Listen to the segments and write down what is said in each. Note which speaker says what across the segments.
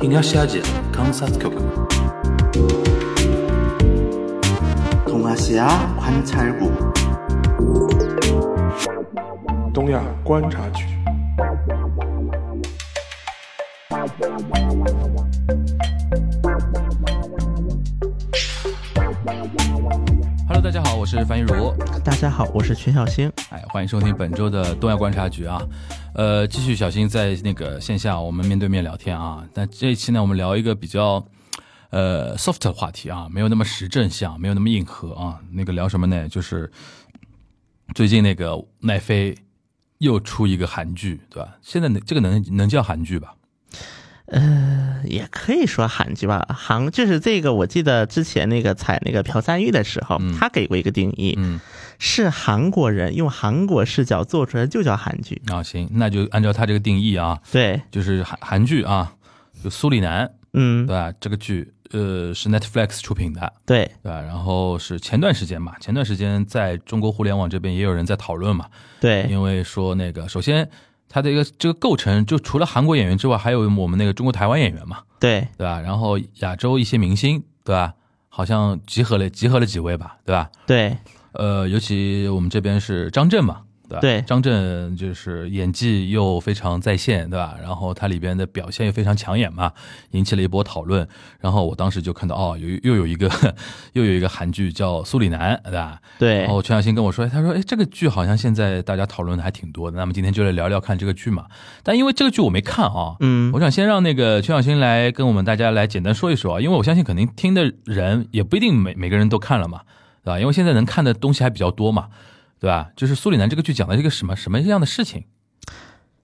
Speaker 1: 東アジア観察局
Speaker 2: 동아시아 관찰국
Speaker 3: 东亚观察局。
Speaker 4: Hello，大家好，我是樊玉茹，
Speaker 5: 大家好，我是全小星。
Speaker 4: 哎，欢迎收听本周的东亚观察局啊。呃，继续小新在那个线下我们面对面聊天啊。但这一期呢，我们聊一个比较呃 soft 的话题啊，没有那么时政向，没有那么硬核啊。那个聊什么呢？就是最近那个奈飞又出一个韩剧，对吧？现在能这个能能叫韩剧吧？
Speaker 5: 也可以说韩剧吧，韩就是这个。我记得之前那个采那个朴赞玉的时候，他给过一个定义，
Speaker 4: 嗯
Speaker 5: 是韩国人用韩国视角做出来就叫韩剧。
Speaker 4: 啊，行，那就按照它这个定义啊，
Speaker 5: 对，
Speaker 4: 就是韩韩剧啊，就苏里南，对
Speaker 5: 嗯，
Speaker 4: 吧？这个剧呃是 Netflix 出品的。
Speaker 5: 对，
Speaker 4: 对吧？然后是前段时间嘛，前段时间在中国互联网这边也有人在讨论嘛，
Speaker 5: 对，
Speaker 4: 因为说那个首先它的一个这个构成，就除了韩国演员之外，还有我们那个中国台湾演员嘛，
Speaker 5: 对，
Speaker 4: 对吧？然后亚洲一些明星，对吧？好像集合了集合了几位吧，对吧？
Speaker 5: 对，
Speaker 4: 呃，尤其我们这边是张震嘛，对吧？
Speaker 5: 对
Speaker 4: 张震就是演技又非常在线，对吧？然后他里边的表现又非常抢眼嘛，引起了一波讨论。然后我当时就看到，哦，有又有一个 又有一个韩剧叫《苏里南》，对吧？
Speaker 5: 对
Speaker 4: 然，后全小新跟我说，哎他说，哎，这个剧好像现在大家讨论的还挺多的，那么今天就来聊聊看这个剧嘛。但因为这个剧我没看啊，
Speaker 5: 嗯
Speaker 4: 我想先让那个全小新来跟我们大家来简单说一说啊，因为我相信肯定听的人也不一定每每个人都看了嘛，对吧？因为现在能看的东西还比较多嘛，对吧？就是苏里南这个剧讲的是一个什么什么样的事情？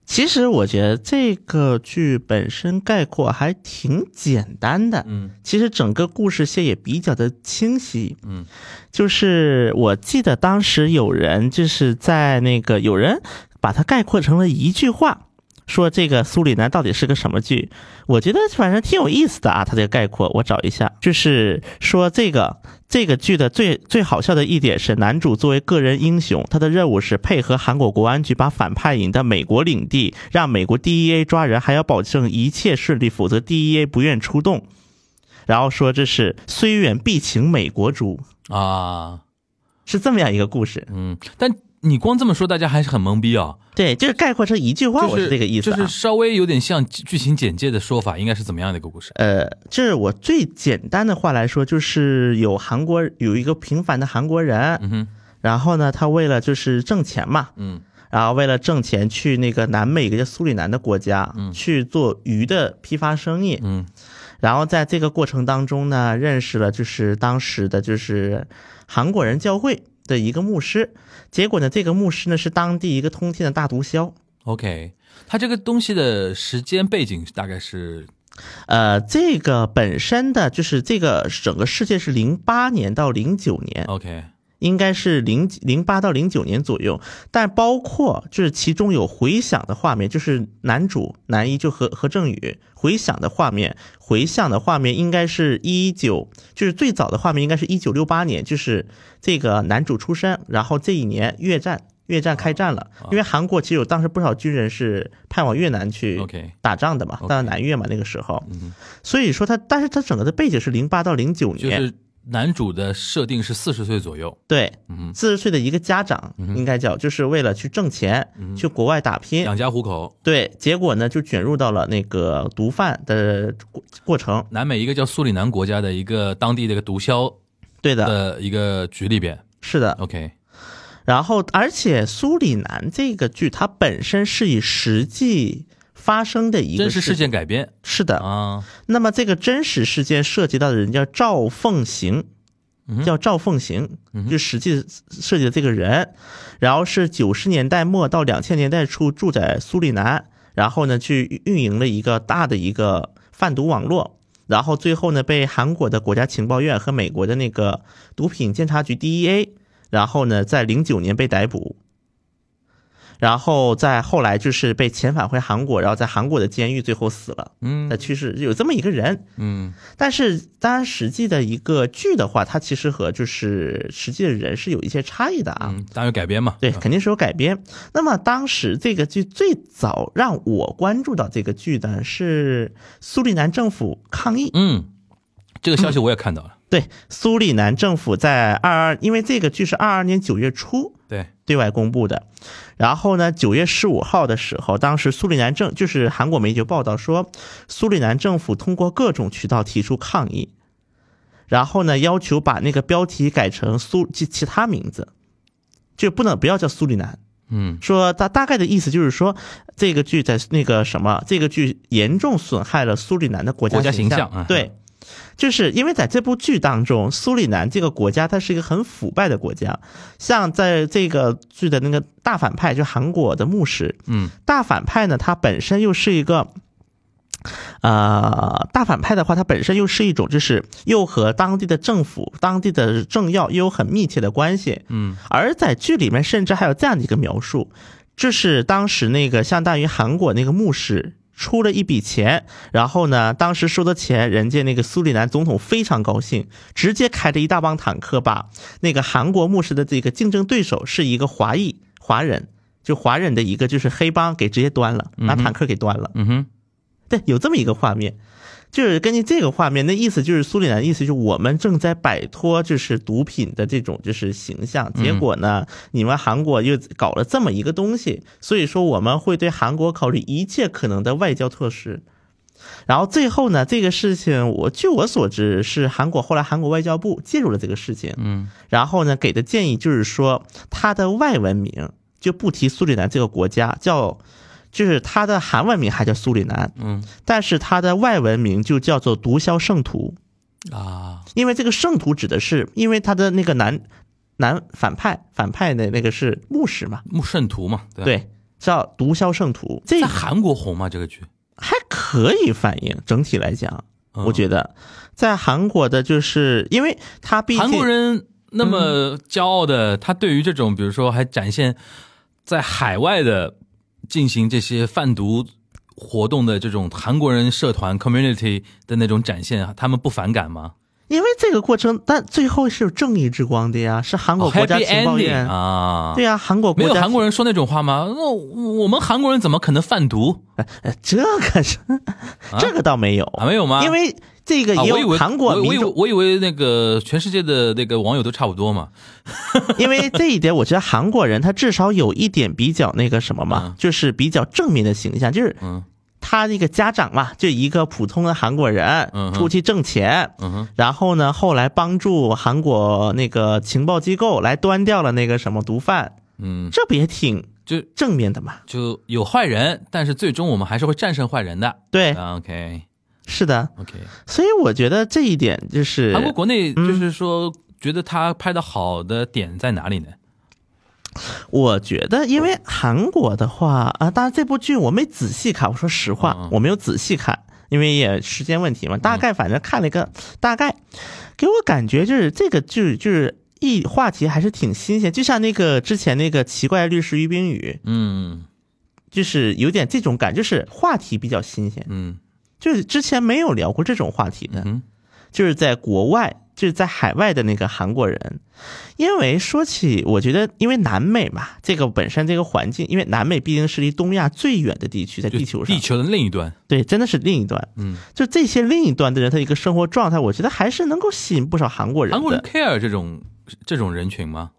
Speaker 5: 其实我觉得这个剧本身概括还挺简单的，
Speaker 4: 嗯
Speaker 5: 其实整个故事线也比较的清晰，
Speaker 4: 嗯，
Speaker 5: 就是我记得当时有人就是在那个有人把它概括成了一句话，说这个苏里南到底是个什么剧？我觉得反正挺有意思的啊，它这个概括我找一下，就是说这个这个剧的最最好笑的一点是，男主作为个人英雄，他的任务是配合韩国国安局把反派引到美国领地，让美国 DEA 抓人，还要保证一切顺利，否则 DEA 不愿出动。然后说这是虽远必请美国猪，
Speaker 4: 啊，
Speaker 5: 是这么样一个故事。
Speaker 4: 嗯，但你光这么说，大家还是很懵逼啊。
Speaker 5: 对，就是概括成一句话，
Speaker 4: 就
Speaker 5: 我是这个意思、啊
Speaker 4: 就是稍微有点像剧剧情简介的说法，应该是怎么样的一个故事？
Speaker 5: 呃，这是我最简单的话来说，就是有韩国有一个平凡的韩国人，
Speaker 4: 嗯哼，
Speaker 5: 然后呢，他为了就是挣钱嘛，
Speaker 4: 嗯
Speaker 5: 然后为了挣钱去那个南美一个叫苏里南的国家
Speaker 4: 嗯
Speaker 5: 去做鱼的批发生意，
Speaker 4: 嗯
Speaker 5: 然后在这个过程当中呢，认识了就是当时的就是韩国人教会的一个牧师，结果呢，这个牧师呢是当地一个通天的大毒枭，
Speaker 4: ，OK，它这个东西的时间背景大概是
Speaker 5: 呃，这个本身的就是这个整个世界是零八年到零九年，
Speaker 4: OK，
Speaker 5: 应该是零零八到零九年左右，但包括就是其中有回响的画面，就是男主男一就何何正宇回响的画面，回响的画面应该是一九，就是最早的画面应该是一九六八年，就是这个男主出生，然后这一年越战越战开战
Speaker 4: 啊
Speaker 5: 了，因为韩国其实有当时不少军人是派往越南去
Speaker 4: OK
Speaker 5: 打仗的嘛，
Speaker 4: OK 嗯
Speaker 5: 当然南越嘛那个时候
Speaker 4: 哼，
Speaker 5: 所以说他，但是他整个的背景是零八到零九年，
Speaker 4: 就是男主的设定是四十岁左右，
Speaker 5: 对，
Speaker 4: 嗯
Speaker 5: 四十岁的一个家长，应该叫，就是为了去挣钱，
Speaker 4: 嗯
Speaker 5: 去国外打拼。
Speaker 4: 养家糊口。
Speaker 5: 对，结果呢就卷入到了那个毒贩的过过程。
Speaker 4: 南美一个叫苏里南国家的一个当地的一个毒枭
Speaker 5: 对的，
Speaker 4: 的一个局里边
Speaker 5: 是的。
Speaker 4: ，OK，
Speaker 5: 然后，而且苏里南这个剧，它本身是以实际发生的一个
Speaker 4: 真实事件改编
Speaker 5: 是的，
Speaker 4: 啊，
Speaker 5: 那么这个真实事件涉及到的人叫赵凤行，叫赵凤行，就实际涉及的这个人，然后是九十年代末到两千年代初住在苏里南，然后呢去运营了一个大的一个贩毒网络。然后最后呢，被韩国的国家情报院和美国的那个 E 毒品监察局 DEA，然后呢，在零九年被逮捕。然后再后来就是被遣返回韩国，然后在韩国的监狱最后死了，
Speaker 4: 嗯
Speaker 5: 在去世有这么一个人。
Speaker 4: 嗯
Speaker 5: 但是当然实际的一个剧的话，它其实和就是实际的人是有一些差异的啊。
Speaker 4: 嗯，大有改编嘛，
Speaker 5: 对，肯定是有改编。那么当时这个剧最早让我关注到这个剧呢，是苏里南政府抗议。
Speaker 4: 嗯，这个消息我也看到了，
Speaker 5: 对，苏里南政府在二二，因为这个剧是二二年九月初
Speaker 4: 对，
Speaker 5: 对外公布的，然后呢，九月十五号的时候，当时苏里南政就是韩国媒体报道说，苏里南政府通过各种渠道提出抗议，然后呢，要求把那个标题改成苏其其他名字，就不能不要叫苏里南。
Speaker 4: 嗯
Speaker 5: 说大大概的意思就是说，这个剧在那个什么，这个剧严重损害了苏里南的国
Speaker 4: 国家
Speaker 5: 形
Speaker 4: 形象啊
Speaker 5: 对，就是因为在这部剧当中，苏里南这个国家它是一个很腐败的国家，像在这个剧的那个大反派，就韩国的牧师，
Speaker 4: 嗯
Speaker 5: 大反派呢，它本身又是一个，呃，大反派的话，它本身又是一种，就是又和当地的政府、当地的政要又有很密切的关系。
Speaker 4: 嗯，
Speaker 5: 而在剧里面，甚至还有这样的一个描述，就是当时那个相当于韩国那个牧师。出了一笔钱，然后呢，当时收的钱，人家那个苏里南总统非常高兴，直接开着一大帮坦克把那个韩国牧师的这个竞争对手是一个华裔华人，就华人的一个就是黑帮给直接端了，拿坦克给端了。
Speaker 4: 嗯哼，
Speaker 5: 对，有这么一个画面，就是根据这个画面，那意思就是苏里南的意思就是我们正在摆脱就是毒品的这种就是形象，结果呢，你们韩国又搞了这么一个东西，所以说我们会对韩国考虑一切可能的外交措施。然后最后呢，这个事情我据我所知是韩国后来韩国外交部介入了这个事情，
Speaker 4: 嗯
Speaker 5: 然后呢，给的建议就是说，它的外文名就不提苏里南这个国家，叫就是它的韩文名还叫苏里南，
Speaker 4: 嗯
Speaker 5: 但是它的外文名就叫做毒枭圣徒，
Speaker 4: 啊，
Speaker 5: 因为这个圣徒指的是，因为他的那个男男反派反派的那个是牧师嘛，
Speaker 4: 木圣徒嘛，对吧，
Speaker 5: 对，叫毒枭圣徒，这
Speaker 4: 在韩国红嘛这个剧，
Speaker 5: 还可以反映整体来讲，
Speaker 4: 嗯
Speaker 5: 我觉得在韩国的就是因为他毕竟
Speaker 4: 韩国人那么骄傲的，他对于这种比如说还展现在海外的进行这些贩毒活动的这种韩国人社团 community 的那种展现，他们不反感吗？
Speaker 5: 因为这个过程，但最后是有正义之光的呀，是韩国
Speaker 4: 哦
Speaker 5: 国家
Speaker 4: happy
Speaker 5: 情报
Speaker 4: ending
Speaker 5: 院。
Speaker 4: 啊，
Speaker 5: 对呀、韩国
Speaker 4: 没
Speaker 5: 国
Speaker 4: 有
Speaker 5: 家
Speaker 4: 韩国人说那种话吗？那我们韩国人怎么可能贩毒
Speaker 5: 哎 这个是、这个倒没有，
Speaker 4: 啊？没有吗？
Speaker 5: 哦因为这个
Speaker 4: 啊，
Speaker 5: 也
Speaker 4: 我以
Speaker 5: 有
Speaker 4: 为
Speaker 5: 韩国
Speaker 4: 我我
Speaker 5: 民
Speaker 4: 以为
Speaker 5: 众，
Speaker 4: 我以为那个全世界的那个网友都差不多嘛。
Speaker 5: 因为这一点，我觉得韩国人他至少有一点比较那个什么嘛，
Speaker 4: 嗯
Speaker 5: 就是比较正面的形象，就是
Speaker 4: 嗯
Speaker 5: 他那个家长嘛，就一个普通的韩国人
Speaker 4: 嗯哼
Speaker 5: 出去挣钱，
Speaker 4: 嗯哼，
Speaker 5: 然后呢，后来帮助韩国那个情报机构来端掉了那个什么毒贩，
Speaker 4: 嗯，
Speaker 5: 这不也挺
Speaker 4: 就
Speaker 5: 正面的嘛？
Speaker 4: 就有坏人，但是最终我们还是会战胜坏人的。
Speaker 5: 对，
Speaker 4: 啊 OK
Speaker 5: 是的，
Speaker 4: OK，
Speaker 5: 所以我觉得这一点就是
Speaker 4: 韩国国内就是说，觉得他拍的好的点在哪里呢？
Speaker 5: 我觉得，因为韩国的话啊，当然这部剧我没仔细看，我说实
Speaker 4: 嗯
Speaker 5: 话
Speaker 4: 嗯，
Speaker 5: 我没有仔细看，因为也时间问题嘛。大概反正看了一个大概，给我感觉就是这个剧就是一话题还是挺新鲜，就像那个之前那个奇怪律师于冰雨，
Speaker 4: 嗯
Speaker 5: 就是有点这种感，就是话题比较新鲜，
Speaker 4: 嗯
Speaker 5: 就是之前没有聊过这种话题的。
Speaker 4: 嗯
Speaker 5: 就是在国外，就是在海外的那个韩国人。因为说起，我觉得因为南美嘛，这个本身这个环境，因为南美毕竟是离东亚最远的地区，在
Speaker 4: 就
Speaker 5: 地球上，
Speaker 4: 地球的另一端，
Speaker 5: 对，真的是另一端。
Speaker 4: 嗯，
Speaker 5: 就这些另一端的人，他一个生活状态，我觉得还是能够吸引不少韩国人的。
Speaker 4: 韩国人 care 这种这种人群吗？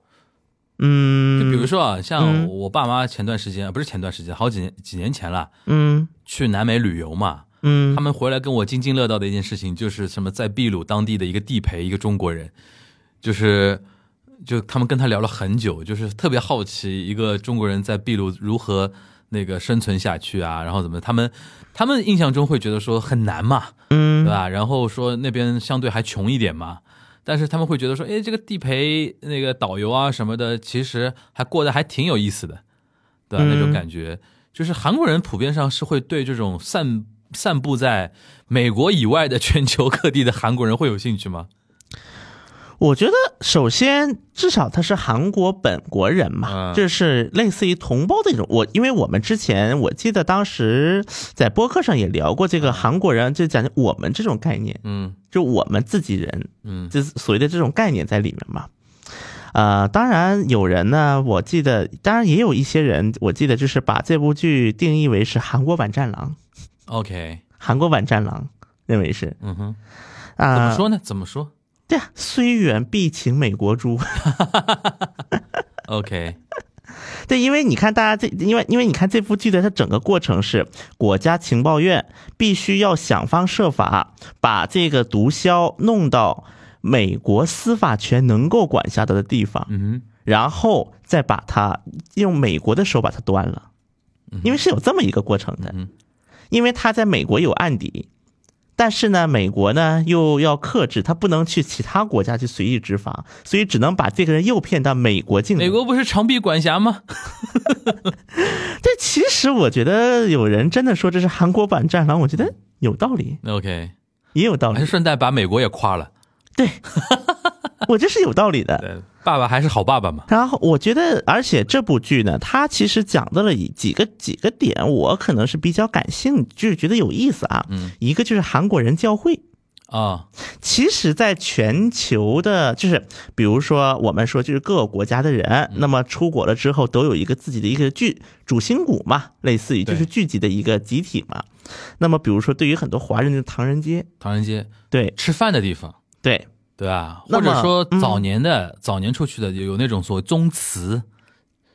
Speaker 4: 就
Speaker 5: 嗯，
Speaker 4: 比如，说啊，像
Speaker 5: 嗯
Speaker 4: 我爸妈前段时间，啊不是前段时间，好几年几年前了，
Speaker 5: 嗯
Speaker 4: 去南美旅游嘛，
Speaker 5: 嗯，
Speaker 4: 他们回来跟我津津乐道的一件事情，就是什么在秘鲁当地的一个地陪，一个中国人，就是就他们跟他聊了很久，就是特别好奇一个中国人在秘鲁如何那个生存下去啊，然后怎么他们他们印象中会觉得说很难嘛，
Speaker 5: 嗯
Speaker 4: 对吧？然后说那边相对还穷一点嘛。但是他们会觉得说，哎，这个地陪、那个导游啊什么的，其实还过得还挺有意思的，对吧？
Speaker 5: 嗯
Speaker 4: 那种感觉，就是韩国人普遍上是会对这种散散布在美国以外的全球各地的韩国人会有兴趣吗？
Speaker 5: 我觉得首先至少他是韩国本国人嘛，
Speaker 4: 嗯
Speaker 5: 就是类似于同胞的一种。我因为我们之前我记得当时在播客上也聊过这
Speaker 4: 啊
Speaker 5: 个韩国人，就讲我们这种概念，
Speaker 4: 嗯
Speaker 5: 就我们自己人，
Speaker 4: 嗯
Speaker 5: 就是所谓的这种概念在里面嘛。呃，当然有人呢，我记得，当然也有一些人，我记得就是把这部剧定义为是韩国版《战狼》，
Speaker 4: ，OK，
Speaker 5: 韩国版《战狼》认为是
Speaker 4: 嗯哼，
Speaker 5: 啊、
Speaker 4: 怎么说呢？怎么说
Speaker 5: 对啊，虽远必请美国猪。
Speaker 4: ？OK，
Speaker 5: 对，因为你看大家这，因为因为你看这部剧的它整个过程是国家情报院必须要想方设法把这个毒枭弄到美国司法权能够管辖的地方，
Speaker 4: 嗯
Speaker 5: 然后再把它用美国的手把它端了，因为是有这么一个过程的
Speaker 4: 嗯，
Speaker 5: 因为他在美国有案底。但是呢，美国呢又要克制，他不能去其他国家去随意执法，所以只能把这个人诱骗到美国境
Speaker 4: 哼，
Speaker 5: 内。
Speaker 4: 美国不是长臂管辖吗？
Speaker 5: 这其实我觉得有人真的说这是韩国版《战狼》，我觉得有道理，嗯
Speaker 4: OK，
Speaker 5: 也有道
Speaker 4: 还是
Speaker 5: 理。
Speaker 4: 顺带把美国也夸了。
Speaker 5: 对，我这是有道理的。
Speaker 4: 对，爸爸还是好爸爸嘛。
Speaker 5: 然后我觉得，而且这部剧呢，它其实讲到了几个几个点，我可能是比较感兴趣，就是觉得有意思啊。
Speaker 4: 嗯
Speaker 5: 一个就是韩国人教会，
Speaker 4: 啊，
Speaker 5: 其实，在全球的，就是比如说我们说就是各个国家的
Speaker 4: 嗯
Speaker 5: 人，那么出国了之后都有一个自己的一个聚主心骨嘛，类似于就是
Speaker 4: 对
Speaker 5: 聚集的一个集体嘛。那么比如说对于很多华人的唐人街，
Speaker 4: 唐人街
Speaker 5: 对
Speaker 4: 吃饭的地方，
Speaker 5: 对
Speaker 4: 对吧？
Speaker 5: 那
Speaker 4: 或
Speaker 5: 么
Speaker 4: 者说
Speaker 5: 嗯
Speaker 4: 早年的早年出去的有有那种所谓宗祠，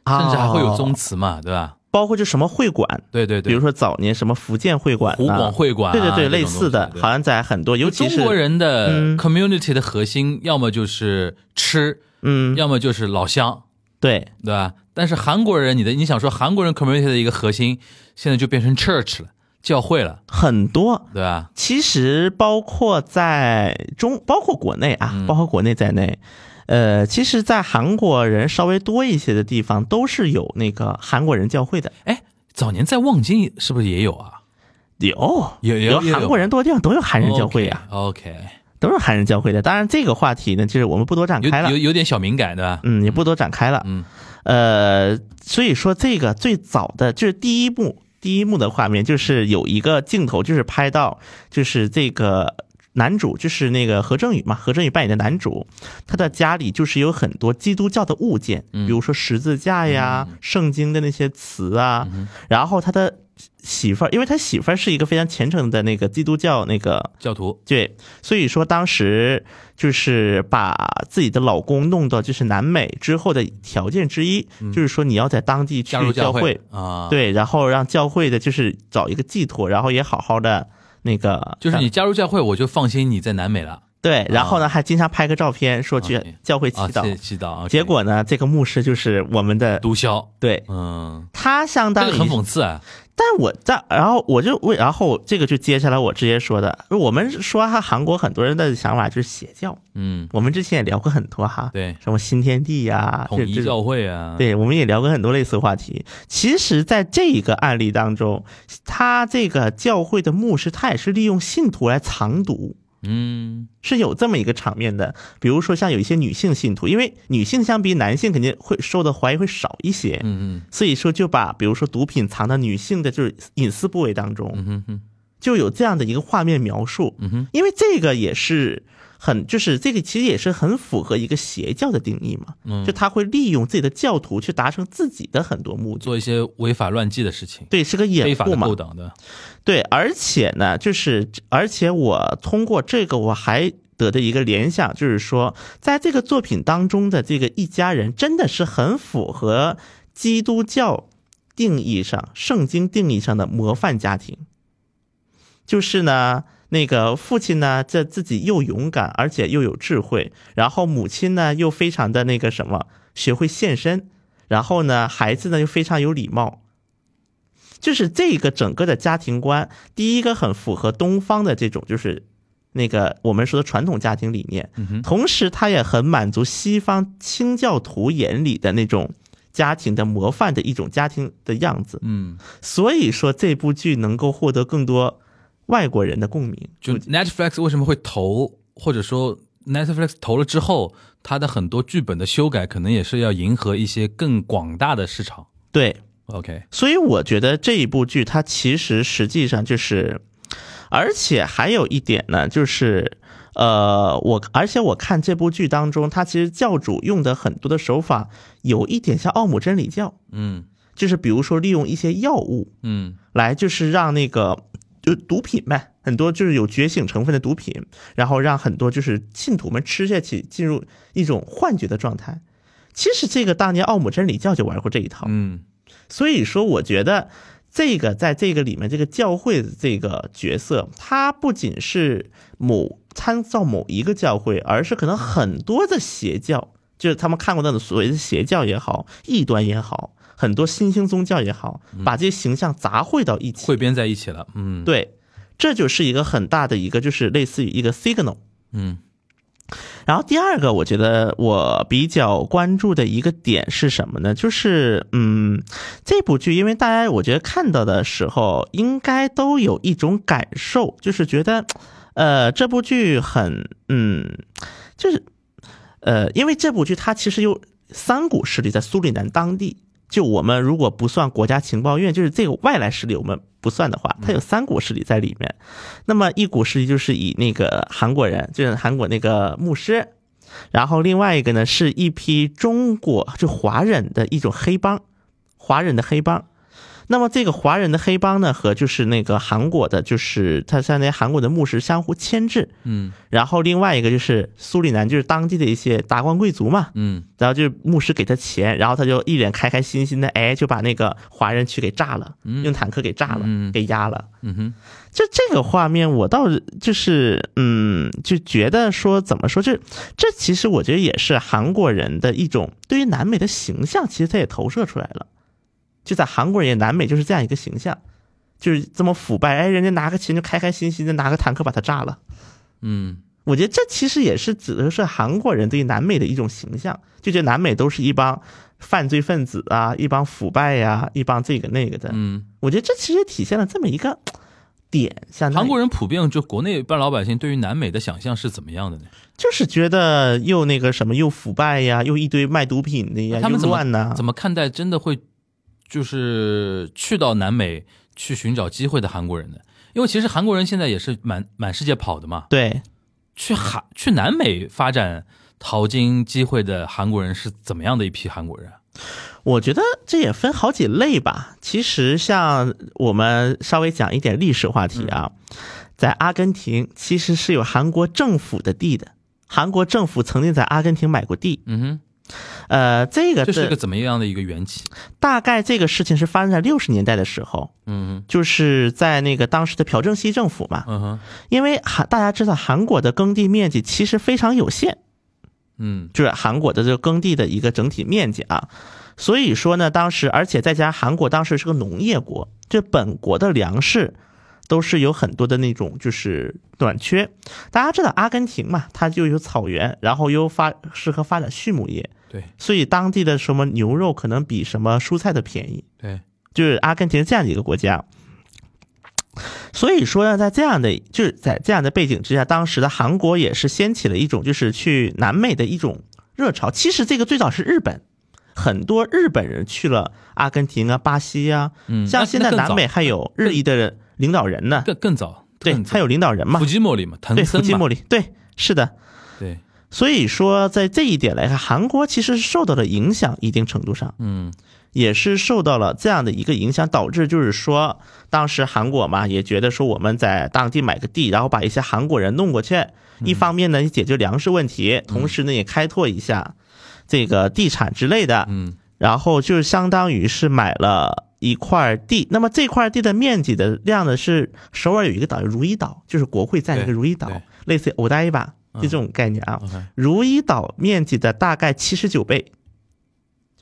Speaker 4: 甚至还会有宗
Speaker 5: 哦
Speaker 4: 祠嘛，对吧？
Speaker 5: 包括就什么会馆，
Speaker 4: 对对对，
Speaker 5: 比如说早年什么福建会馆、啊、
Speaker 4: 湖广会馆啊
Speaker 5: 对对对，
Speaker 4: 这种
Speaker 5: 类似的
Speaker 4: 东西，对
Speaker 5: 好像在很多，尤其是
Speaker 4: 中国，人的
Speaker 5: 嗯
Speaker 4: community 的核心，要么就是吃，
Speaker 5: 嗯，
Speaker 4: 要么就是老乡，
Speaker 5: 对
Speaker 4: 对吧？但是韩国人，你的你想说韩国人 community 的一个核心，现在就变成 church 了，教会了，
Speaker 5: 很多，
Speaker 4: 对吧？
Speaker 5: 其实包括在中，包括国内啊，
Speaker 4: 嗯
Speaker 5: 包括国内在内，呃，其实，在韩国人稍微多一些的地方，都是有那个韩国人教会的，
Speaker 4: 哎，早年在望京是不是也有啊？有有
Speaker 5: 有有
Speaker 4: 有
Speaker 5: 韩国人多的地方都有韩人教会啊，
Speaker 4: OK，
Speaker 5: 都是韩人教会的。当然，这个话题呢，就是我们不多展
Speaker 4: 有
Speaker 5: 开了
Speaker 4: 有，有点小敏感，对吧？
Speaker 5: 嗯，也不多展开了，
Speaker 4: 嗯，
Speaker 5: 呃，所以说这个最早的就是第一幕，第一幕的画面就是有一个镜头，就是拍到就是这个男主，就是那个何正宇嘛，何正宇扮演的男主，他的家里就是有很多基督教的物件，比如说十字架呀、圣经的那些词啊，然后他的。媳妇儿，因为他媳妇儿是一个非常虔诚的那个基督教那个
Speaker 4: 教徒
Speaker 5: 对，所以说当时就是把自己的老公弄到就是南美之后的条件之一，就是说你要在当地去
Speaker 4: 嗯加入
Speaker 5: 教
Speaker 4: 会啊，，
Speaker 5: 对，然后让教会的就是找一个寄托，然后也好好的那个，呃
Speaker 4: 就是你加入教会，我就放心你在南美了
Speaker 5: 对，然后呢还经常拍个照片说去
Speaker 4: OK
Speaker 5: 教会祈
Speaker 4: 啊，
Speaker 5: 祷，
Speaker 4: 祈祈祷。OK
Speaker 5: 结果呢这个牧师就是我们的
Speaker 4: 毒枭，
Speaker 5: 对。
Speaker 4: 嗯，
Speaker 5: 他相
Speaker 4: 这
Speaker 5: 当于
Speaker 4: 个很讽刺啊，
Speaker 5: 但我在，然后我就为，然后这个就接下来我直接说的，我们说哈韩国很多人的想法就是邪教，
Speaker 4: 嗯，
Speaker 5: 我们之前也聊过很多哈，
Speaker 4: 对，
Speaker 5: 什么新天地呀、
Speaker 4: 统
Speaker 5: 这
Speaker 4: 一
Speaker 5: 这
Speaker 4: 教会啊，
Speaker 5: 对，我们也聊过很多类似话题。其实，在这一个案例当中，他这个教会的牧师，他也是利用信徒来藏毒，
Speaker 4: 嗯，
Speaker 5: 是有这么一个场面的。比如说，像有一些女性信徒，因为女性相比男性肯定会受的怀疑会少一些，
Speaker 4: 嗯嗯
Speaker 5: 所以说就把比如说毒品藏到女性的就是隐私部位当中，
Speaker 4: 嗯嗯
Speaker 5: 就有这样的一个画面描述。
Speaker 4: 嗯哼，
Speaker 5: 因为这个也是很，就是这个其实也是很符合一个邪教的定义嘛，
Speaker 4: 嗯
Speaker 5: 就他会利用自己的教徒去达成自己的很多目的，
Speaker 4: 做一些违法乱纪的事情，
Speaker 5: 对，是个
Speaker 4: 非
Speaker 5: 掩
Speaker 4: 法
Speaker 5: 护
Speaker 4: 的
Speaker 5: 嘛
Speaker 4: 勾，当的，
Speaker 5: 对，而且呢，就是而且我通过这个我还。得的一个联想就是说，在这个作品当中的这个一家人真的是很符合基督教定义上、圣经定义上的模范家庭。就是呢，那个父亲呢，这自己又勇敢，而且又有智慧，然后母亲呢又非常的那个什么，学会献身，然后呢，孩子呢又非常有礼貌。就是这个整个的家庭观，第一个很符合东方的这种，就是那个我们说的传统家庭理念，同时它也很满足西方清教徒眼里的那种家庭的模范的一种家庭的样子。
Speaker 4: 嗯，
Speaker 5: 所以说这部剧能够获得更多外国人的共鸣。
Speaker 4: 就 Netflix 为什么会投，或者说 Netflix 投了之后，它的很多剧本的修改可能也是要迎合一些更广大的市场。
Speaker 5: 对，
Speaker 4: OK，
Speaker 5: 所以我觉得这一部剧它其实实际上就是，而且还有一点呢，就是呃，我而且我看这部剧当中，它其实教主用的很多的手法有一点像奥姆真理教，
Speaker 4: 嗯
Speaker 5: 就是比如说利用一些药物
Speaker 4: 嗯
Speaker 5: 来，就是让那个就毒品呗。很多就是有觉醒成分的毒品，然后让很多就是信徒们吃下去，进入一种幻觉的状态。其实这个当年奥姆真理教就玩过这一套，
Speaker 4: 嗯
Speaker 5: 所以说，我觉得这个在这个里面，这个教会的这个角色，它不仅是某参照某一个教会，而是可能很多的邪教，就是他们看过那种所谓的邪教也好，异端也好，很多新兴宗教也好，把这些形象杂烩到一起。
Speaker 4: 汇编在一起了。嗯
Speaker 5: 对，这就是一个很大的一个，就是类似于一个 signal。
Speaker 4: 嗯
Speaker 5: 然后第二个，我觉得我比较关注的一个点是什么呢？就是嗯，这部剧，因为大家我觉得看到的时候，应该都有一种感受，就是觉得，呃，这部剧很嗯，就是呃，因为这部剧它其实有三股势力在苏里南当地。就我们如果不算国家情报院，就是这个外来势力，我们不算的话，它有三股势力在里面。那么一股势力就是以那个韩国人，就是韩国那个牧师，然后另外一个呢是一批中国就华人的一种黑帮，华人的黑帮。那么这个华人的黑帮呢，和就是那个韩国的，就是他相当于韩国的牧师相互牵制。
Speaker 4: 嗯
Speaker 5: 然后另外一个就是苏里南，就是当地的一些达官贵族嘛，
Speaker 4: 嗯
Speaker 5: 然后就是牧师给他钱，然后他就一脸开开心心的，哎，就把那个华人区给炸了，用坦克给炸了，
Speaker 4: 嗯
Speaker 5: 给压了。
Speaker 4: 嗯哼
Speaker 5: 就这个画面，我倒是就是嗯，就觉得说怎么说，这这其实我觉得也是韩国人的一种对于南美的形象，其实它也投射出来了。就在韩国人也南美就是这样一个形象，就是这么腐败，哎，人家拿个钱就开开心心的拿个坦克把它炸了。
Speaker 4: 嗯
Speaker 5: 我觉得这其实也是指的是韩国人对于南美的一种形象，就觉得南美都是一帮犯罪分子啊，一帮腐败呀、一帮这个那个的。
Speaker 4: 嗯，
Speaker 5: 我觉得这其实体现了这么一个点，像
Speaker 4: 韩国
Speaker 5: 人
Speaker 4: 人普遍就国内一般老百姓对于南美的想象是怎么样的呢？
Speaker 5: 就是觉得又那个什么又腐败呀，又一堆卖毒品的呀，
Speaker 4: 他们
Speaker 5: 又
Speaker 4: 怎么
Speaker 5: 乱呐、
Speaker 4: 怎么看待真的会就是去到南美去寻找机会的韩国人呢？因为其实韩国人现在也是满满世界跑的嘛，
Speaker 5: 对，
Speaker 4: 去韩去南美发展淘金机会的韩国人是怎么样的一批韩国人啊？
Speaker 5: 我觉得这也分好几类吧。其实像我们稍微讲一点历史话题啊，
Speaker 4: 嗯
Speaker 5: 在阿根廷其实是有韩国政府的地的，韩国政府曾经在阿根廷买过地。
Speaker 4: 嗯
Speaker 5: 呃，这个
Speaker 4: 哼，这是
Speaker 5: 是
Speaker 4: 个怎么样的一个缘起？
Speaker 5: 大概这个事情是发生在六十年代的时候，
Speaker 4: 嗯
Speaker 5: 就是在那个当时的朴正熙政府嘛
Speaker 4: 哼，，嗯哼，
Speaker 5: 因为韩大家知道韩国的耕地面积其实非常有限，
Speaker 4: 嗯
Speaker 5: 就是韩国的这个耕地的一个整体面积啊。所以说呢，当时而且再加上韩国当时是个农业国，这本国的粮食都是有很多的那种就是短缺。大家知道阿根廷嘛，它就有草原，然后又发适合发展畜牧业，
Speaker 4: 对
Speaker 5: 所以当地的什么牛肉可能比什么蔬菜的便宜。
Speaker 4: 对，
Speaker 5: 就是阿根廷这样的一个国家。所以说呢，在这样的就是在这样的背景之下，当时的韩国也是掀起了一种就是去南美的一种热潮。其实这个最早是日本，很多日本人去了阿根廷啊、巴西啊，
Speaker 4: 嗯，
Speaker 5: 像
Speaker 4: 那
Speaker 5: 现在
Speaker 4: 那更
Speaker 5: 南
Speaker 4: 早
Speaker 5: 美还有日裔的领导人呢，
Speaker 4: 更更早，
Speaker 5: 对
Speaker 4: 更，早
Speaker 5: 还有领导人嘛
Speaker 4: 伏，基莫里嘛，藤
Speaker 5: 对，
Speaker 4: 森
Speaker 5: 福基
Speaker 4: 嘛
Speaker 5: 莫里，对，是的。
Speaker 4: 对，
Speaker 5: 所以说，在这一点来看，韩国其实是受到了影响，一定程度上。
Speaker 4: 嗯
Speaker 5: 也是受到了这样的一个影响，导致就是说，当时韩国嘛也觉得说我们在当地买个地，然后把一些韩国人弄过去，
Speaker 4: 嗯
Speaker 5: 一方面呢也解决粮食问题，同时呢也开拓一下这个地产之类的，
Speaker 4: 嗯
Speaker 5: 然后就是相当于是买了一块地。那么这块地的面积的量呢是首尔有一个岛，如意岛，就是国会在那个
Speaker 4: 对
Speaker 5: 如意岛
Speaker 4: 对，嗯
Speaker 5: 类似于欧呆吧，就这种概念啊。
Speaker 4: ，OK，
Speaker 5: 如意岛面积的大概七十九倍，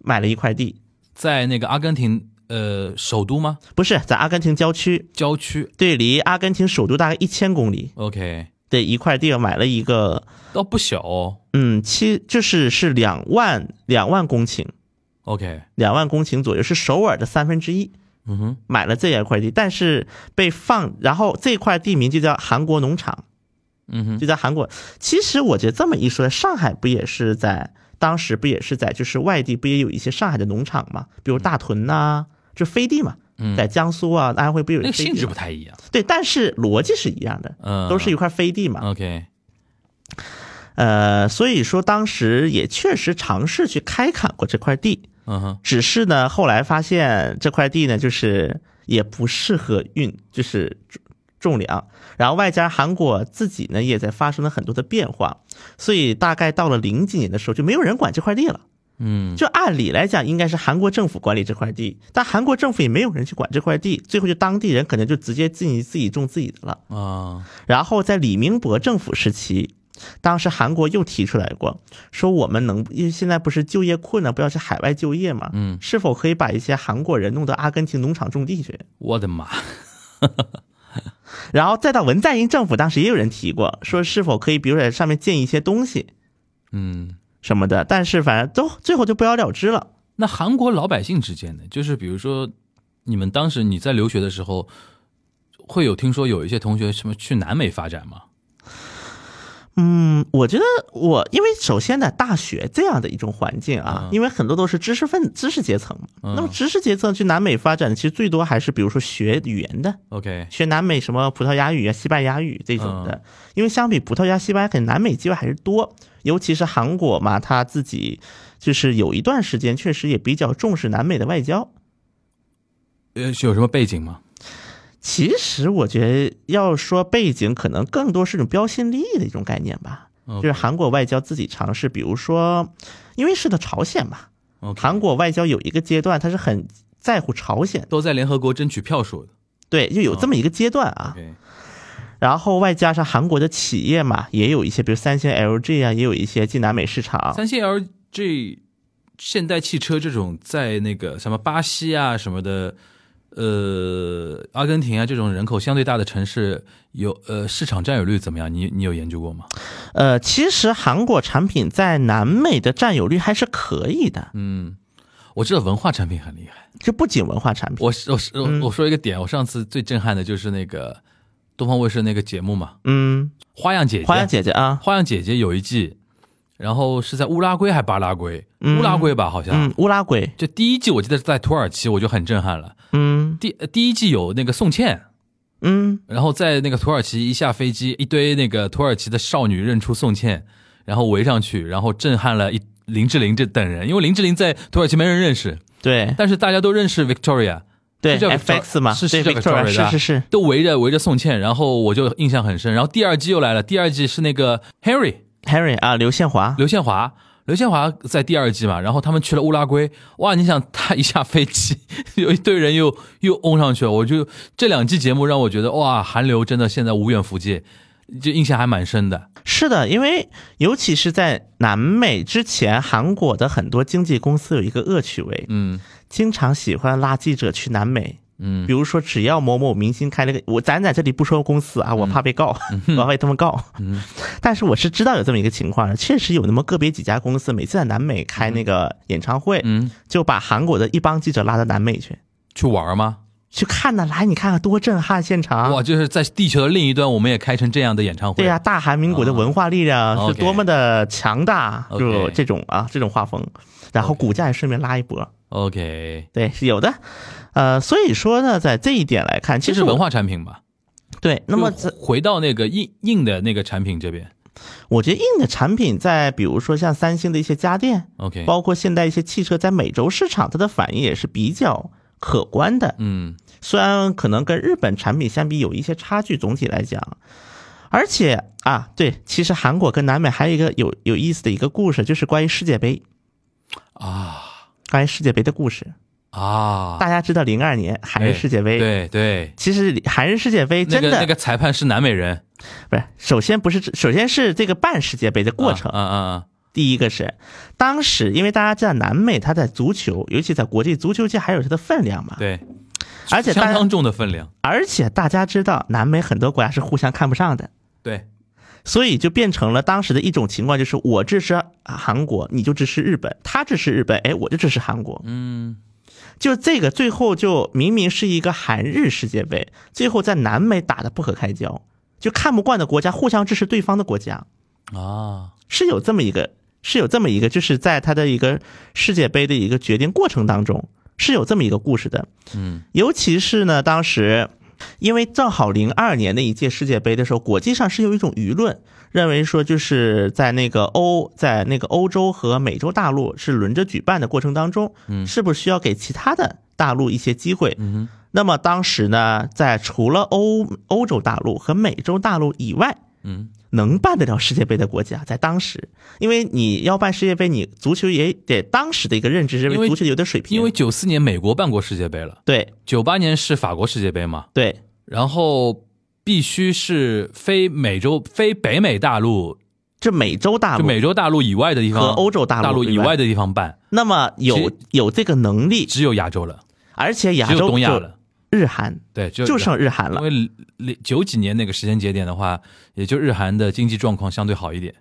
Speaker 5: 买了一块地。
Speaker 4: 在那个阿根廷呃首都吗？
Speaker 5: 不是在阿根廷郊区，
Speaker 4: 郊区
Speaker 5: 对，离阿根廷首都大概一千公里
Speaker 4: ，OK，
Speaker 5: 的一块地买了一个，
Speaker 4: 倒不小哦
Speaker 5: 嗯，七就是是两万两万公顷，
Speaker 4: ，OK，
Speaker 5: 两万公顷左右是首尔的三分之一，
Speaker 4: 嗯哼，
Speaker 5: 买了这样一块地，但是被放，然后这块地名就叫韩国农场，
Speaker 4: 嗯哼，
Speaker 5: 就在韩国。其实我觉得这么一说，上海不也是在当时不也是在就是外地不也有一些上海的农场嘛，比如大屯呐、就飞地嘛，在江苏啊、安徽不也有
Speaker 4: 嗯那个
Speaker 5: 飞地
Speaker 4: 性质
Speaker 5: 嘛
Speaker 4: 不太一样。
Speaker 5: 对，但是逻辑是一样的，
Speaker 4: 嗯
Speaker 5: 都是一块飞地嘛。
Speaker 4: OK，
Speaker 5: 呃，所以说当时也确实尝试去开垦过这块地，
Speaker 4: 嗯哼，
Speaker 5: 只是呢后来发现这块地呢就是也不适合运，就是种种粮。然后外加韩国自己呢也在发生了很多的变化，所以大概到了零几年的时候就没有人管这块地了。
Speaker 4: 嗯
Speaker 5: 就按理来讲，应该是韩国政府管理这块地，但韩国政府也没有人去管这块地，最后就当地人可能就直接自己自己种自己的了。
Speaker 4: 啊，
Speaker 5: 然后在李明博政府时期，当时韩国又提出来过，说我们能，因为现在不是就业困难，不要去海外就业嘛，
Speaker 4: 嗯，
Speaker 5: 是否可以把一些韩国人弄到阿根廷农场种地去？
Speaker 4: 我的妈，
Speaker 5: 然后再到文在寅政府，当时也有人提过，说是否可以，比如在上面建一些东西
Speaker 4: 嗯，
Speaker 5: 什么的，但是反正都最后就不了了之了。
Speaker 4: 那韩国老百姓之间的，就是比如说，你们当时你在留学的时候，会有听说有一些同学什么去南美发展吗？
Speaker 5: 嗯，我觉得我因为首先呢，大学这样的一种环境啊，因为很多都是知识分知识阶层嘛，那么知识阶层去南美发展，其实最多还是比如说学语言的，
Speaker 4: OK，
Speaker 5: 学南美什么葡萄牙语啊、西班牙语这种的，因为相比葡萄牙、西班牙，可能南美机会还是多。尤其是韩国嘛，他自己就是有一段时间确实也比较重视南美的外交。
Speaker 4: 呃，是有什么背景吗？
Speaker 5: 其实我觉得要说背景，可能更多是一种标新立异的一种概念吧。就是韩国外交自己尝试，比如说，因为是的朝鲜嘛，韩国外交有一个阶段，它是很在乎朝鲜，
Speaker 4: 都在联合国争取票数的。
Speaker 5: 对，就有这么一个阶段啊。
Speaker 4: 哦 OK，
Speaker 5: 然后外加上韩国的企业嘛，也有一些，比如三星、LG 啊，也有一些进南美市场。
Speaker 4: 三星 LG 现代汽车这种在那个什么巴西啊什么的，呃，阿根廷啊这种人口相对大的城市，有呃市场占有率怎么样？你你有研究过吗？
Speaker 5: 呃，其实韩国产品在南美的占有率还是可以的，
Speaker 4: 嗯，我知道文化产品很厉害。嗯
Speaker 5: 就不仅文化产品，
Speaker 4: 我是我是我我说一个点，我上次最震撼的就是那个东方卫视那个节目嘛，
Speaker 5: 嗯，
Speaker 4: 《花样姐姐》。
Speaker 5: 花样姐姐啊，
Speaker 4: 花样姐姐有一季，然后是在乌拉圭还巴拉圭？
Speaker 5: 嗯
Speaker 4: 乌拉圭吧，好像。
Speaker 5: 嗯，乌拉圭，
Speaker 4: 就第一季我记得是在土耳其，我就很震撼了。
Speaker 5: 嗯
Speaker 4: 第呃第一季有那个宋茜，
Speaker 5: 嗯，
Speaker 4: 然后在那个土耳其一下飞机，一堆那个土耳其的少女认出宋茜，然后围上去，然后震撼了一林志玲这等人，因为林志玲在土耳其没人认识，
Speaker 5: 对
Speaker 4: 但是大家都认识 Victoria，
Speaker 5: 对
Speaker 4: 是叫
Speaker 5: FX 嘛，
Speaker 4: 是是
Speaker 5: 对
Speaker 4: 叫 Victoria
Speaker 5: Victoria，
Speaker 4: 的
Speaker 5: 是是是，
Speaker 4: 都围着围着宋茜，然后我就印象很深。然后第二季又来了，第二季是那个 Harry
Speaker 5: Harry 啊，刘宪华，
Speaker 4: 刘宪华，刘宪华在第二季嘛，然后他们去了乌拉圭，哇，你想他一下飞机， 有一堆人又又拥上去了，我就这两季节目让我觉得哇，韩流真的现在无远弗届，就印象还蛮深的。
Speaker 5: 是的，因为尤其是在南美之前，韩国的很多经纪公司有一个恶趣味，
Speaker 4: 嗯
Speaker 5: 经常喜欢拉记者去南美。
Speaker 4: 嗯
Speaker 5: 比如说，只要某某明星开了个，我咱在这里不说公司啊，
Speaker 4: 嗯
Speaker 5: 我怕被告，我怕被他们告。 但是我是知道有这么一个情况的，确实有那么个别几家公司，每次在南美开那个演唱会，
Speaker 4: 嗯，
Speaker 5: 就把韩国的一帮记者拉到南美去，
Speaker 4: 去玩吗？
Speaker 5: 去看呐，来你看看多震撼现场。
Speaker 4: 哇，就是在地球的另一端，我们也开成这样的演唱会。
Speaker 5: 啊对呀、大韩民国的文化力量
Speaker 4: 啊
Speaker 5: 是多么的强大，
Speaker 4: OK
Speaker 5: 就这种啊，这种画风，然后股价也顺便拉一波，
Speaker 4: ，OK，
Speaker 5: 对，是有的。呃，所以说呢，在这一点来看，其
Speaker 4: 这
Speaker 5: 实
Speaker 4: 是
Speaker 5: 我
Speaker 4: 文化产品吧？
Speaker 5: 对，那么这
Speaker 4: 就回到那个硬硬的那个产品这边
Speaker 5: 我觉得硬的产品在比如说像三星的一些家电，
Speaker 4: ，OK，
Speaker 5: 包括现代一些汽车，在美洲市场它的反应也是比较可观的。
Speaker 4: 嗯
Speaker 5: 虽然可能跟日本产品相比有一些差距，总体来讲，而且啊，对，其实韩国跟南美还有一个有有意思的一个故事，就是关于世界杯，
Speaker 4: 啊
Speaker 5: 关于世界杯的故事。
Speaker 4: 啊，
Speaker 5: 大家知道零二年韩日世界杯，
Speaker 4: 对对，
Speaker 5: 其实韩日世界杯
Speaker 4: 那
Speaker 5: 真
Speaker 4: 个
Speaker 5: 的、
Speaker 4: 那个裁判是南美人
Speaker 5: 不是，首先不是，首先是这个办世界杯的过程。
Speaker 4: 啊啊啊，
Speaker 5: 第一个是，当时因为大家知道南美它在足球，尤其在国际足球界还有它的分量嘛，
Speaker 4: 啊对，
Speaker 5: 而且
Speaker 4: 相
Speaker 5: 大
Speaker 4: 当
Speaker 5: 家
Speaker 4: 重的分量，
Speaker 5: 而且大家知道南美很多国家是互相看不上的，
Speaker 4: 对，
Speaker 5: 所以就变成了当时的一种情况，就是我支持韩国，你就支持日本，他支持日本，哎，我就支持韩国，
Speaker 4: 嗯
Speaker 5: 就这个最后就明明是一个韩日世界杯，最后在南美打得不可开交，就看不惯的国家互相支持对方的国家，
Speaker 4: 啊，
Speaker 5: 是有这么一个，是有这么一个，就是在他的一个世界杯的一个决定过程当中，是有这么一个故事的。
Speaker 4: 嗯
Speaker 5: 尤其是呢，当时因为正好零二年那一届世界杯的时候，国际上是有一种舆论认为说，就是在那个欧在那个欧洲和美洲大陆是轮着举办的过程当中，
Speaker 4: 嗯
Speaker 5: 是不是需要给其他的大陆一些机会？
Speaker 4: 嗯哼
Speaker 5: 那么当时呢，在除了欧欧洲大陆和美洲大陆以外，
Speaker 4: 嗯
Speaker 5: 能办得了世界杯的国家，在当时，因为你要办世界杯，你足球也得当时的一个认知是
Speaker 4: 因
Speaker 5: 因
Speaker 4: 为
Speaker 5: 为足球有点水平，
Speaker 4: 因为九四年美国办过世界杯了，
Speaker 5: 对
Speaker 4: 九八年是法国世界杯嘛，
Speaker 5: 对
Speaker 4: 然后必须是非美洲、非北美大陆，
Speaker 5: 这美洲大
Speaker 4: 就
Speaker 5: 陆
Speaker 4: 美洲大陆以外的地方
Speaker 5: 和欧洲大
Speaker 4: 大
Speaker 5: 陆
Speaker 4: 以外的地方办，
Speaker 5: 那么有
Speaker 4: 其
Speaker 5: 有这个能力，
Speaker 4: 只有亚洲了，
Speaker 5: 而且亚
Speaker 4: 只有
Speaker 5: 洲
Speaker 4: 东亚
Speaker 5: 就
Speaker 4: 了，
Speaker 5: 日韩
Speaker 4: 对，只有
Speaker 5: 就
Speaker 4: 日韩
Speaker 5: 剩日韩
Speaker 4: 因
Speaker 5: 了。
Speaker 4: 为零九几年那个时间节点的话，也就日韩的经济状况相对好一点，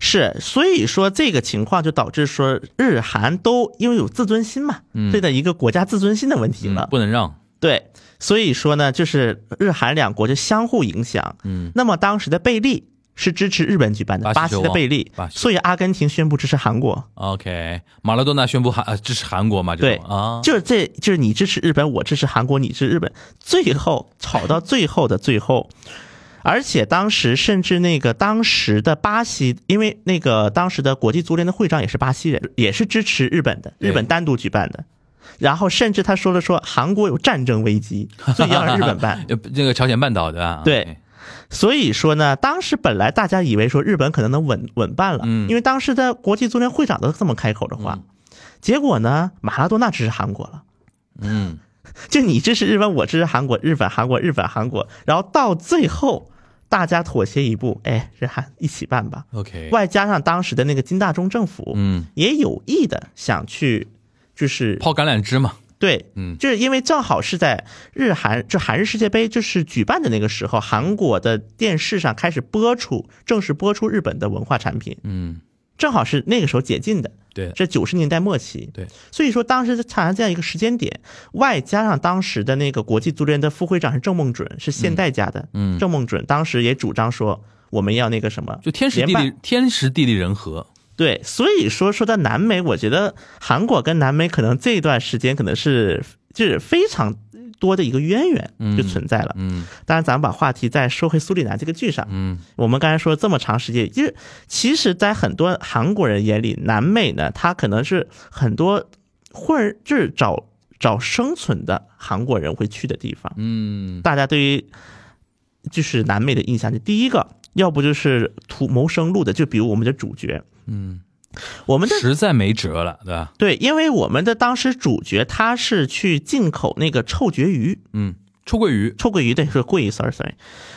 Speaker 5: 是，所以说这个情况就导致说日韩都因为有自尊心嘛，对的一个国家自尊心的问题
Speaker 4: 嗯
Speaker 5: 了。
Speaker 4: 不能让，
Speaker 5: 对，所以说呢，就是日韩两国就相互影响。
Speaker 4: 嗯，
Speaker 5: 那么当时的贝利是支持日本举办的，
Speaker 4: 巴
Speaker 5: 巴
Speaker 4: 西
Speaker 5: 西的贝利
Speaker 4: 巴，西
Speaker 5: 所以阿根廷宣布支持韩国。
Speaker 4: OK，马拉多纳宣布韩、呃、支持韩国嘛？这
Speaker 5: 对
Speaker 4: 种啊，
Speaker 5: 就是这就是你支持日本，我支持韩国，你支持日本，最后吵到最后的最后，而且当时甚至那个当时的巴西，因为那个当时的国际足联的会长也是巴西人，也是支持日本的，
Speaker 4: 对。
Speaker 5: 日本单独举办的。然后甚至他说了说韩国有战争危机，所以要让日本办
Speaker 4: 呃那个朝鲜半岛啊对吧？
Speaker 5: 对
Speaker 4: OK，
Speaker 5: 所以说呢，当时本来大家以为说日本可能能稳稳办了，
Speaker 4: 嗯
Speaker 5: 因为当时的国际足联会长都这么开口的话，结果呢，马拉多纳支持韩国了。
Speaker 4: 嗯，
Speaker 5: 就你支持日本，我支持韩国，日本、韩国、日本、韩国，然后到最后大家妥协一步，哎，日韩一起办吧。
Speaker 4: OK，
Speaker 5: 外加上当时的那个金大中政府
Speaker 4: 嗯，
Speaker 5: 也有意的想去，就是
Speaker 4: 泡橄榄枝嘛，
Speaker 5: 对，
Speaker 4: 嗯
Speaker 5: 就是因为正好是在日韩就韩日世界杯就是举办的那个时候，韩国的电视上开始播出，正式播出日本的文化产品，
Speaker 4: 嗯，
Speaker 5: 正好是那个时候解禁的。
Speaker 4: 对
Speaker 5: 这九十年代末期。
Speaker 4: 对，
Speaker 5: 所以说当时产生这样一个时间点，外加上当时的那个国际足联的副会长是郑梦准，是现代家的。
Speaker 4: 嗯嗯
Speaker 5: 郑梦准当时也主张说我们要那个什么，
Speaker 4: 就天时地
Speaker 5: 联
Speaker 4: 利
Speaker 5: 办。
Speaker 4: 天时地利人和，
Speaker 5: 对，所以说说到南美，我觉得韩国跟南美可能这一段时间可能是就是非常多的一个渊源就存在了。
Speaker 4: 嗯
Speaker 5: 当然，咱们把话题再说回苏里南这个剧上。
Speaker 4: 嗯
Speaker 5: 我们刚才说这么长时间，就是其实，在很多韩国人眼里，南美呢，他可能是很多混，就是找找生存的韩国人会去的地方。
Speaker 4: 嗯
Speaker 5: 大家对于就是南美的印象，就第一个，要不就是图谋生路的，就比如我们的主角，
Speaker 4: 嗯，
Speaker 5: 我们的
Speaker 4: 实在没辙了，对吧？
Speaker 5: 对，因为我们的当时主角他是去进口那个臭鳜鱼，
Speaker 4: 嗯，出桂鱼
Speaker 5: 臭鳜鱼对，是桂鱼，sorry sorry。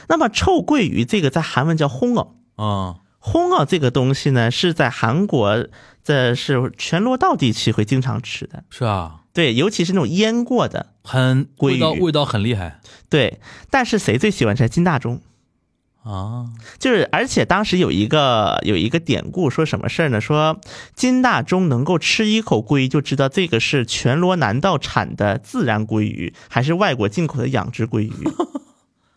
Speaker 5: 那么臭鳜鱼这个在韩文叫홍어。
Speaker 4: 啊，
Speaker 5: 烘奥这个东西呢，是在韩国的是全罗道地区会经常吃的，
Speaker 4: 是啊，
Speaker 5: 对，尤其是那种腌过的，
Speaker 4: 很
Speaker 5: 鲑鱼
Speaker 4: 味道味道很厉害
Speaker 5: 对。但是谁最喜欢吃？金大中，
Speaker 4: 啊，
Speaker 5: 就是而且当时有一个有一个典故，说什么事儿呢？说金大中能够吃一口鲑鱼，就知道这个是全罗南道产的自然鲑鱼，还是外国进口的养殖鲑鱼。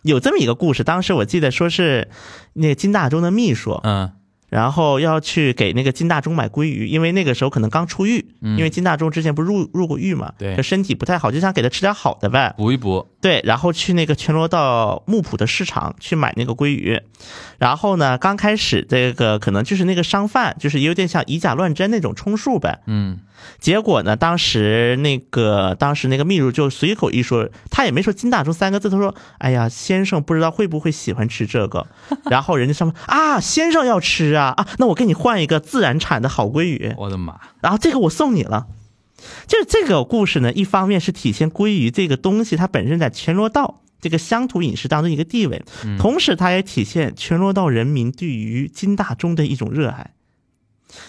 Speaker 5: 有这么一个故事，当时我记得说是那个金大中的秘书，
Speaker 4: 嗯
Speaker 5: 然后要去给那个金大中买鲑鱼，因为那个时候可能刚出狱，因为金大中之前不是入入过狱嘛，
Speaker 4: 嗯对
Speaker 5: 这身体不太好，就想给他吃点好的呗。
Speaker 4: 补一补，
Speaker 5: 对，然后去那个全罗道木浦的市场去买那个鲑鱼，然后呢，刚开始这个可能就是那个商贩，就是有点像以假乱真那种充数呗。
Speaker 4: 嗯
Speaker 5: 结果呢，当时那个当时那个秘书就随口一说，他也没说金大中三个字，他说：“哎呀，先生不知道会不会喜欢吃这个。”然后人家上面啊，先生要吃啊啊，那我给你换一个自然产的好鲑鱼，
Speaker 4: 我的妈，
Speaker 5: 然后这个我送你了。就是这个故事呢，一方面是体现鲑鱼这个东西它本身在全罗道这个乡土饮食当中一个地位，同时它也体现全罗道人民对于金大中的一种热爱。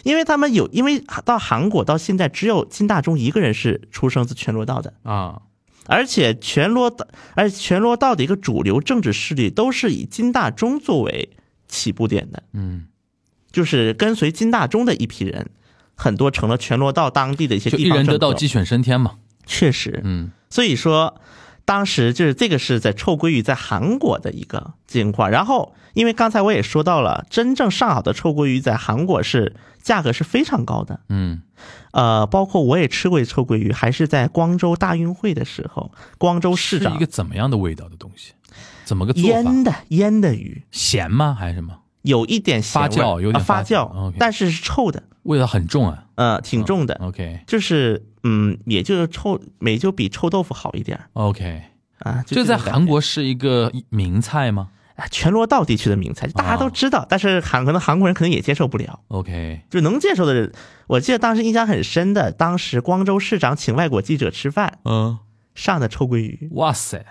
Speaker 5: 因为他们有，因为到韩国到现在，只有金大中一个人是出生自全罗道的，
Speaker 4: 啊，
Speaker 5: 而且全罗道，而且全罗道的一个主流政治势力都是以金大中作为起步点的，
Speaker 4: 嗯，
Speaker 5: 就是跟随金大中的一批人，很多成了全罗道当地的一些
Speaker 4: 就
Speaker 5: 地
Speaker 4: 一
Speaker 5: 方
Speaker 4: 人
Speaker 5: 政
Speaker 4: 得道
Speaker 5: 客。
Speaker 4: 鸡犬升天嘛，
Speaker 5: 确实，
Speaker 4: 嗯
Speaker 5: 所以说，当时就是这个是在臭鳜鱼在韩国的一个情况。然后，因为刚才我也说到了，真正上好的臭鳜鱼在韩国是价格是非常高的。
Speaker 4: 嗯，
Speaker 5: 呃，包括我也吃过臭鳜鱼，还是在光州大运会的时候，光州市
Speaker 4: 是啊
Speaker 5: 长
Speaker 4: 一个怎么样的味道的东西？怎么个做法？
Speaker 5: 腌的腌的鱼，
Speaker 4: 咸吗？还是什么？
Speaker 5: 有一点咸味
Speaker 4: 发酵有点
Speaker 5: 啊发
Speaker 4: 发酵
Speaker 5: 酵
Speaker 4: OK，
Speaker 5: 但是是臭的，
Speaker 4: 味道很重啊。
Speaker 5: 呃，挺重的，
Speaker 4: OK
Speaker 5: 就是嗯，也就是臭，也就比臭豆腐好一点儿
Speaker 4: OK，
Speaker 5: 啊。就
Speaker 4: 这在
Speaker 5: 种感
Speaker 4: 韩
Speaker 5: 觉
Speaker 4: 国是一个名菜吗
Speaker 5: 啊全罗道地区的名菜，大家都知道，但是韩可能韩国人可能也接受不
Speaker 4: 哦
Speaker 5: 了。
Speaker 4: ？OK，
Speaker 5: 就能接受的人，我记得当时印象很深的，当时光州市长请外国记者吃饭
Speaker 4: 嗯，
Speaker 5: 上的臭鳜鱼，
Speaker 4: 哇塞，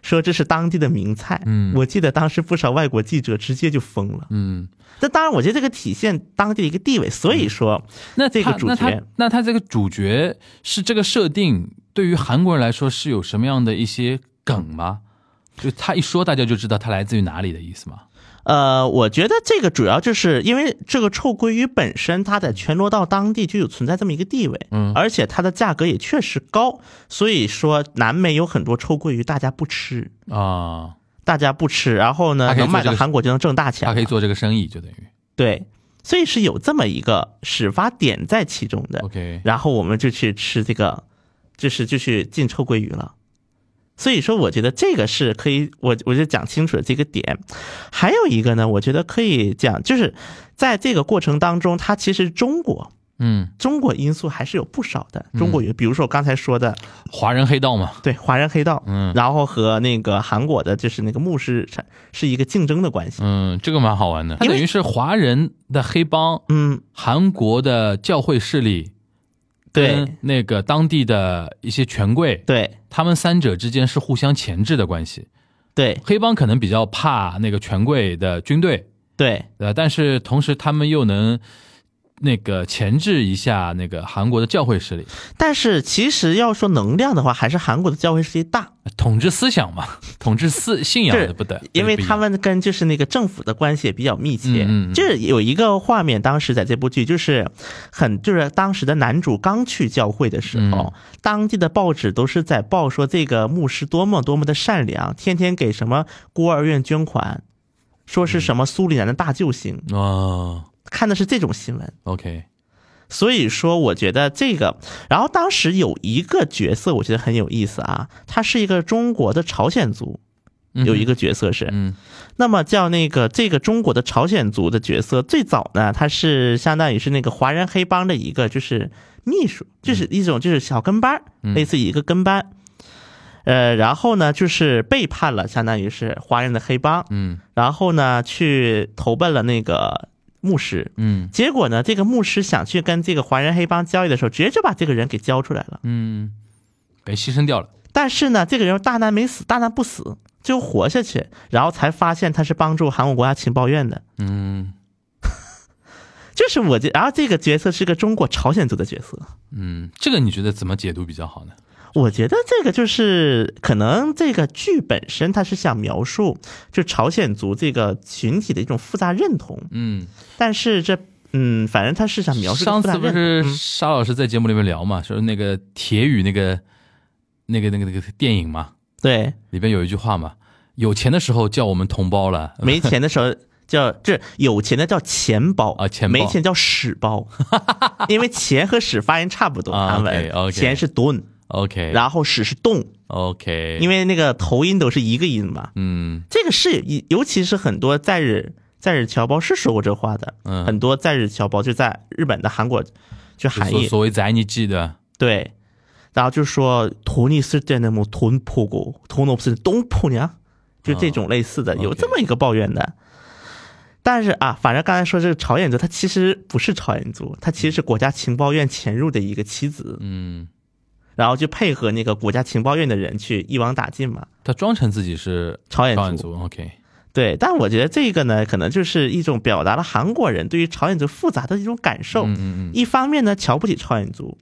Speaker 5: 说这是当地的名菜。
Speaker 4: 嗯
Speaker 5: 我记得当时不少外国记者直接就疯了。
Speaker 4: 嗯，
Speaker 5: 那当然，我觉得这个体现当地的一个地位，所以说，
Speaker 4: 那
Speaker 5: 这个
Speaker 4: 他
Speaker 5: 主
Speaker 4: 那
Speaker 5: 角
Speaker 4: 他那他这个主角是这个设定，对于韩国人来说是有什么样的一些梗吗？就他一说，大家就知道他来自于哪里的意思吗？
Speaker 5: 呃，我觉得这个主要就是因为这个臭鳜鱼本身，它在全罗道当地就有存在这么一个地位，嗯，而且它的价格也确实高，所以说南美有很多臭鳜鱼，大家不吃，
Speaker 4: 啊，
Speaker 5: 大家不吃，然后呢，
Speaker 4: 它可以
Speaker 5: 能卖
Speaker 4: 做这
Speaker 5: 到
Speaker 4: 个
Speaker 5: 韩国就能挣大钱
Speaker 4: 他
Speaker 5: 了，
Speaker 4: 可以做这个生意，就等于
Speaker 5: 对，所以是有这么一个始发点在其中的。
Speaker 4: OK，
Speaker 5: 然后我们就去吃这个，就是就去进臭鳜鱼了。所以说，我觉得这个是可以，我我就讲清楚了这个点。还有一个呢，我觉得可以讲，就是在这个过程当中，它其实中国
Speaker 4: 嗯，
Speaker 5: 中国因素还是有不少的。中国有，比如说我刚才说的，
Speaker 4: 华人黑道嘛，
Speaker 5: 对华人黑道，
Speaker 4: 嗯
Speaker 5: 然后和那个韩国的，就是那个牧师产是一个竞争的关系。
Speaker 4: 嗯，这个蛮好玩的，他
Speaker 5: 因为
Speaker 4: 等于是华人的黑帮，
Speaker 5: 嗯，
Speaker 4: 韩国的教会势力，
Speaker 5: 对，
Speaker 4: 那个当地的一些权贵，
Speaker 5: 对，
Speaker 4: 他们三者之间是互相钳制的关系。
Speaker 5: 对，
Speaker 4: 黑帮可能比较怕那个权贵的军队，
Speaker 5: 对，
Speaker 4: 呃，但是同时他们又能那个钳制一下那个韩国的教会势力，
Speaker 5: 但是其实要说能量的话，还是韩国的教会势力大，
Speaker 4: 统治思想嘛，统治思信仰
Speaker 5: 对
Speaker 4: 的不得，
Speaker 5: 因为
Speaker 4: 哎不一
Speaker 5: 他
Speaker 4: 样
Speaker 5: 们跟就是那个政府的关系也比较密切。
Speaker 4: 嗯嗯嗯
Speaker 5: 就是有一个画面，当时在这部剧就是很就是当时的男主刚去教会的时
Speaker 4: 嗯
Speaker 5: 候，当地的报纸都是在报说这个牧师多么多么的善良，天天给什么孤儿院捐款，说是什么苏里南的大救星，
Speaker 4: 哦
Speaker 5: 看的是这种新闻。
Speaker 4: ，OK，
Speaker 5: 所以说，我觉得这个，然后当时有一个角色，我觉得很有意思啊，他是一个中国的朝鲜族，有一个角色是，
Speaker 4: 嗯
Speaker 5: 那么叫那个这个中国的朝鲜族的角色，最早呢，他是相当于是那个华人黑帮的一个就是秘书，就是一种就是小跟班儿，类似于一个跟班。呃，然后呢，就是背叛了，相当于是华人的黑帮，
Speaker 4: 嗯
Speaker 5: 然后呢，去投奔了那个牧师。
Speaker 4: 嗯
Speaker 5: 结果呢，这个牧师想去跟这个华人黑帮交易的时候，直接就把这个人给交出来了。
Speaker 4: 嗯，被牺牲掉了，
Speaker 5: 但是呢，这个人大难没死，大难不死，就活下去，然后才发现他是帮助韩国国家情报院的。
Speaker 4: 嗯
Speaker 5: 就是我这，然后这个角色是个中国朝鲜族的角色，
Speaker 4: 嗯，这个你觉得怎么解读比较好呢？
Speaker 5: 我觉得这个就是可能这个剧本身它是想描述就朝鲜族这个群体的一种复杂认同，
Speaker 4: 嗯，
Speaker 5: 但是这嗯，反正他是想描述这个
Speaker 4: 上
Speaker 5: 复杂
Speaker 4: 次不
Speaker 5: 认同。
Speaker 4: 是
Speaker 5: 嗯
Speaker 4: 沙老师在节目里面聊嘛，说那个铁雨那个那个那个那个电影嘛，
Speaker 5: 对
Speaker 4: 里边有一句话嘛，有钱的时候叫我们同胞了，
Speaker 5: 没钱的时候叫这有钱的叫钱包
Speaker 4: 啊钱包
Speaker 5: 没钱叫屎包，因为钱和屎发音差不多，
Speaker 4: 啊
Speaker 5: 韩文、
Speaker 4: OK，OK
Speaker 5: 钱是 don，
Speaker 4: OK，
Speaker 5: 然后屎是动，
Speaker 4: OK，
Speaker 5: 因
Speaker 4: 为
Speaker 5: 为那个头音都是一个音嘛。
Speaker 4: 嗯
Speaker 5: 这个是尤尤其是很多在日在日侨胞是说过这话的，
Speaker 4: 嗯
Speaker 5: 很多在日侨胞就在日本的韩国就
Speaker 4: 就
Speaker 5: 韩
Speaker 4: 所
Speaker 5: 裔
Speaker 4: 所谓宅你记得
Speaker 5: 对，然后就说돈이쓸때는뭐돈푸고돈없으면똥푸냐，就这种类似的，有
Speaker 4: 哦 OK
Speaker 5: 这么一个抱怨的。但是啊，反正刚才说这个朝鲜族，他其实不是朝鲜族，他其实是国家情报院潜入的一个棋子，
Speaker 4: 嗯，
Speaker 5: 然后就配合那个国家情报院的人去一网打尽嘛。
Speaker 4: 他装成自己是
Speaker 5: 朝鲜
Speaker 4: 朝
Speaker 5: 族
Speaker 4: 鲜，族，OK，
Speaker 5: 对，但我觉得这个呢，可能就是一种表达了韩国人对于朝鲜族复杂的一种感受。
Speaker 4: 嗯嗯嗯
Speaker 5: 一方面呢，瞧不起朝鲜族，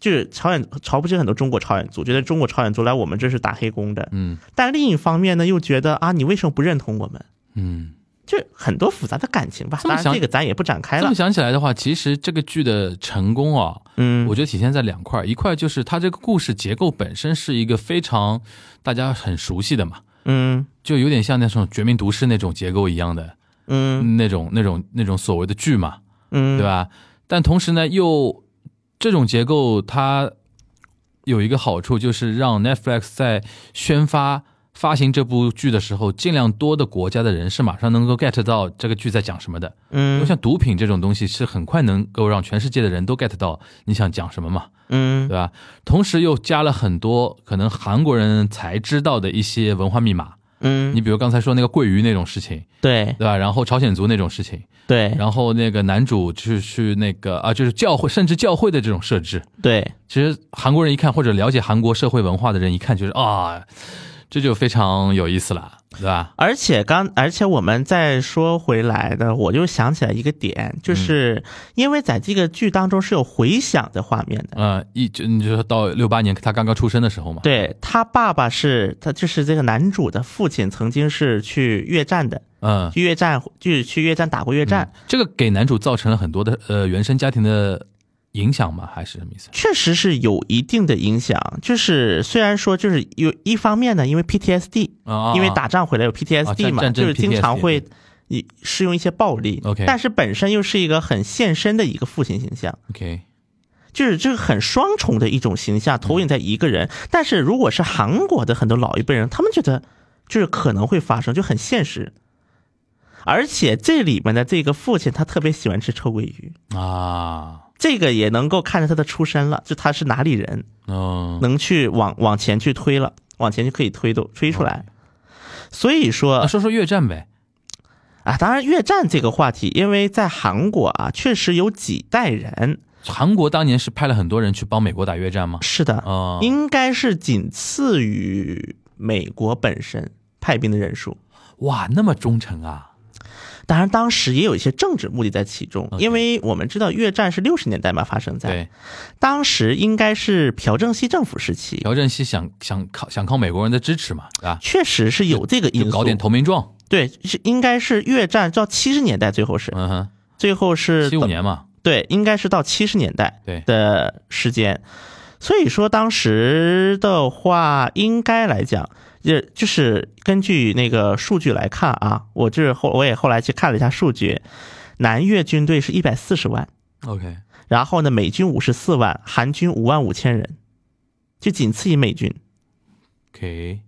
Speaker 5: 就是朝鲜瞧不起很多中国朝鲜族，觉得中国朝鲜族来我们这是打黑工的；
Speaker 4: 嗯
Speaker 5: 但另一方面呢，又觉得啊，你为什么不认同我们？
Speaker 4: 嗯
Speaker 5: 就很多复杂的感情吧。
Speaker 4: 这么
Speaker 5: 当然，
Speaker 4: 想
Speaker 5: 这个咱也不展开
Speaker 4: 这
Speaker 5: 了
Speaker 4: 么。想起来的话，其实这个剧的成功啊，
Speaker 5: 嗯，
Speaker 4: 我觉得体现在两块儿，一块就是它这个故事结构本身是一个非常大家很熟悉的嘛，
Speaker 5: 嗯
Speaker 4: 就有点像那种《绝命毒师》那种结构一样的
Speaker 5: 嗯
Speaker 4: 那种那种那种所谓的剧嘛，
Speaker 5: 嗯，
Speaker 4: 对？吧？但同时呢，又这种结构它有一个好处，就是让 Netflix 在宣发发行这部剧的时候，尽量多的国家的人是马上能够 get 到这个剧在讲什么的。因为
Speaker 5: 嗯
Speaker 4: 像毒品这种东西，是很快能够让全世界的人都 get 到你想讲什么嘛，对
Speaker 5: 嗯
Speaker 4: 吧？同时又加了很多可能韩国人才知道的一些文化密码。
Speaker 5: 嗯，
Speaker 4: 你比如刚才说那个桂鱼那种事情，
Speaker 5: 对
Speaker 4: 对吧？然后朝鲜族那种事情，
Speaker 5: 对
Speaker 4: 然后那个男主去去那个啊，就是教会，甚至教会的这种设置，
Speaker 5: 对，
Speaker 4: 其实韩国人一看或者了解韩国社会文化的人一看，就是啊，这就非常有意思了，对吧？
Speaker 5: 而且刚，而且我们再说回来的，我就想起来一个
Speaker 4: 嗯
Speaker 5: 点，就是因为在这个剧当中是有回响的画面的。
Speaker 4: 呃，一就你就说到六八年他刚刚出生的时候嘛，
Speaker 5: 对他爸爸是他就是这个男主的父亲，曾经是去越战的，
Speaker 4: 嗯，
Speaker 5: 去越战就是啊去越战打过越战，
Speaker 4: 这个给男主造成了很多的呃原生家庭的影响吗？还是什么意思？
Speaker 5: 确实是有一定的影响。就是虽然说就是有一方面呢，因为 PTSD，
Speaker 4: 啊，啊
Speaker 5: 因为打仗回来有
Speaker 4: 啊
Speaker 5: PTSD
Speaker 4: 战
Speaker 5: 嘛，
Speaker 4: 战
Speaker 5: 就
Speaker 4: 争
Speaker 5: 是经常
Speaker 4: PTSD
Speaker 5: 会以使用一些暴力
Speaker 4: OK
Speaker 5: 但是本身又是一个很献身的一个父亲形象，
Speaker 4: OK，
Speaker 5: 就是这个很双重的一种形象投影在一个人。但是如果是韩国的很多老一辈人，他们觉得就是可能会发生，就很现实。而且这里面的这个父亲，他特别喜欢吃臭鳜鱼，
Speaker 4: 啊，
Speaker 5: 这个也能够看出他的出身了，就他是哪里人。
Speaker 4: 嗯，
Speaker 5: 能去往往前去推了，往前就可以推动推出来。所以
Speaker 4: 那
Speaker 5: 说
Speaker 4: 说说越战呗，
Speaker 5: 啊，当然越战这个话题，因为在韩国啊，确实有几代人
Speaker 4: 韩国当年是派了很多人去帮美国打越战吗？
Speaker 5: 是的，
Speaker 4: 啊，
Speaker 5: 应该是仅次于美国本身派兵的人数。
Speaker 4: 哇，那么忠诚啊！
Speaker 5: 当然，当时也有一些政治目的在其中，因为我们知道越战是六十年代嘛发生在，
Speaker 4: 对，
Speaker 5: 当时应该是朴正熙政府时期，
Speaker 4: 朴正熙想想靠想靠美国人的支持嘛，对吧？
Speaker 5: 确实是有这个因
Speaker 4: 就
Speaker 5: 素。
Speaker 4: 搞点投名状，
Speaker 5: 对，是应该是越战到七十年代最后是，
Speaker 4: 嗯哼，
Speaker 5: 最后是
Speaker 4: 七
Speaker 5: 到
Speaker 4: 五年嘛，
Speaker 5: 对，应该是到七十年代
Speaker 4: 对
Speaker 5: 的时间。所以说，当时的话，应该来讲，也就是根据那个数据来看啊，我这后我也后来去看了一下数据，南越军队是一百四十万，
Speaker 4: ，OK，
Speaker 5: 然后呢，美军五十四万，韩军五万五千人，就仅次于美军。
Speaker 4: OK，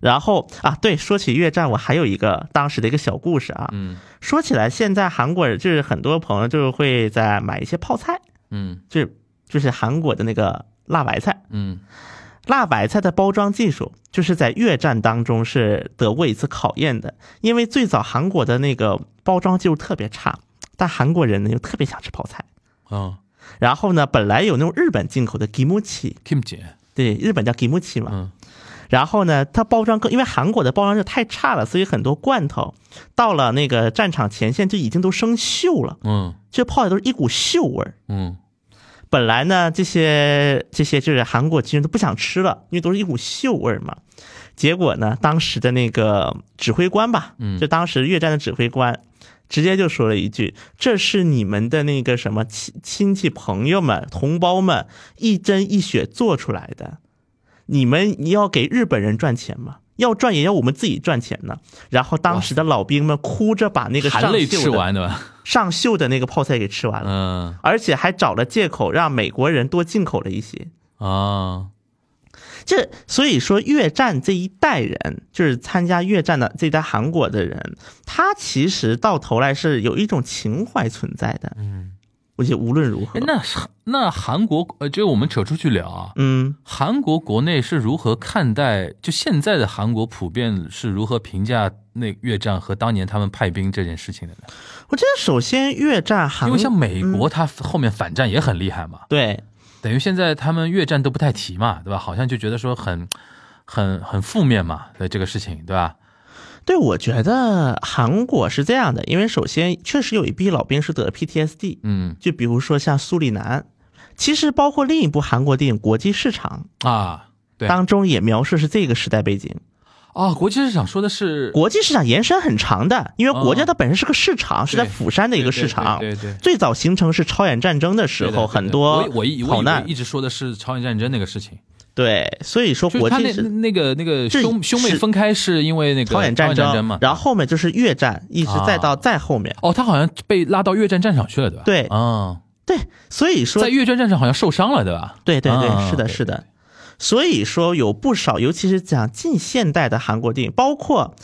Speaker 5: 然后啊，对，说起越战，我还有一个当时的一个小故事啊。
Speaker 4: 嗯
Speaker 5: 说起来，现在韩国人就是很多朋友就是会在买一些泡菜，
Speaker 4: 嗯
Speaker 5: 就是就是韩国的那个辣白菜，
Speaker 4: 嗯
Speaker 5: 辣白菜的包装技术就是在越战当中是得过一次考验的，因为最早韩国的那个包装技术特别差，但韩国人呢又特别想吃泡菜，
Speaker 4: 嗯
Speaker 5: 然后呢本来有那种日本进口的 kimchi，
Speaker 4: ，Kim 姐，
Speaker 5: 对，日本叫 kimchi 嘛，
Speaker 4: 嗯
Speaker 5: 然后呢，它包装更，因为韩国的包装就太差了，所以很多罐头到了那个战场前线就已经都生锈了，
Speaker 4: 嗯
Speaker 5: 这泡的都是一股锈味儿。
Speaker 4: 嗯
Speaker 5: 本来呢，这些这些就是韩国军人都不想吃了，因为都是一股锈味儿嘛。结果呢，当时的那个指挥官吧，
Speaker 4: 嗯
Speaker 5: 就当时越战的指挥官，直接就说了一句：“这是你们的那个什么亲亲戚朋友们、同胞们一针一血做出来的，你们要给日本人赚钱吗？”要赚也要我们自己赚钱呢。然后当时的老兵们哭着把那个
Speaker 4: 含
Speaker 5: 上
Speaker 4: 泪
Speaker 5: 锈
Speaker 4: 吃
Speaker 5: 的
Speaker 4: 完对吧？
Speaker 5: 上锈的那个泡菜给吃完了。
Speaker 4: 嗯
Speaker 5: 而且还找了借口让美国人多进口了一些。
Speaker 4: 啊，
Speaker 5: 这所以说，越战这一代人，就是参加越战的这一代韩国的人，他其实到头来是有一种情怀存在的。嗯，我觉得无论如何
Speaker 4: 哎，那那韩国呃，就我们扯出去聊啊，
Speaker 5: 嗯，
Speaker 4: 韩国国内是如何看待就现在的韩国普遍是如何评价那越战和当年他们派兵这件事情的呢？
Speaker 5: 我觉得首先越战韩，
Speaker 4: 因为像美国，它后面反战也很厉害嘛。
Speaker 5: 对
Speaker 4: 等于现在他们越战都不太提嘛，对吧？好像就觉得说很、很、很负面嘛，对这个事情，对吧？
Speaker 5: 对，我觉得韩国是这样的，因为首先确实有一批老兵是得了 PTSD，
Speaker 4: 嗯
Speaker 5: 就比如说像苏里南，其实包括另一部韩国电影《国际市场
Speaker 4: 啊，》对
Speaker 5: 当中也描述是这个时代背景。
Speaker 4: 啊，国际市场说的是
Speaker 5: 国际市场延伸很长的，因为国家它本身是个市场，是在釜山的一个市
Speaker 4: 哦
Speaker 5: 场。
Speaker 4: 对对对对对
Speaker 5: 最早形成是朝鲜战争的时
Speaker 4: 对的
Speaker 5: 候，
Speaker 4: 对的
Speaker 5: 很多
Speaker 4: 我我一我
Speaker 5: 逃
Speaker 4: 以
Speaker 5: 难
Speaker 4: 为一直说的是朝鲜战争那个事情，
Speaker 5: 对，所以说
Speaker 4: 就是
Speaker 5: 国
Speaker 4: 他
Speaker 5: 际
Speaker 4: 那
Speaker 5: 市
Speaker 4: 那个那个
Speaker 5: 这
Speaker 4: 兄兄妹
Speaker 5: 是
Speaker 4: 分开是因为那个
Speaker 5: 朝鲜
Speaker 4: 战
Speaker 5: 战争
Speaker 4: 嘛？
Speaker 5: 然后后面就是越战，一直再到
Speaker 4: 啊
Speaker 5: 再后面。
Speaker 4: 哦，他好像被拉到越战战场去了，对吧？
Speaker 5: 对
Speaker 4: 啊，
Speaker 5: 对，所以说
Speaker 4: 在越战战场好像受伤了，对吧？
Speaker 5: 对对
Speaker 4: 啊
Speaker 5: 对，是的，
Speaker 4: 对
Speaker 5: 是的。所以说有不少，尤其是讲近现代的韩国电影，包括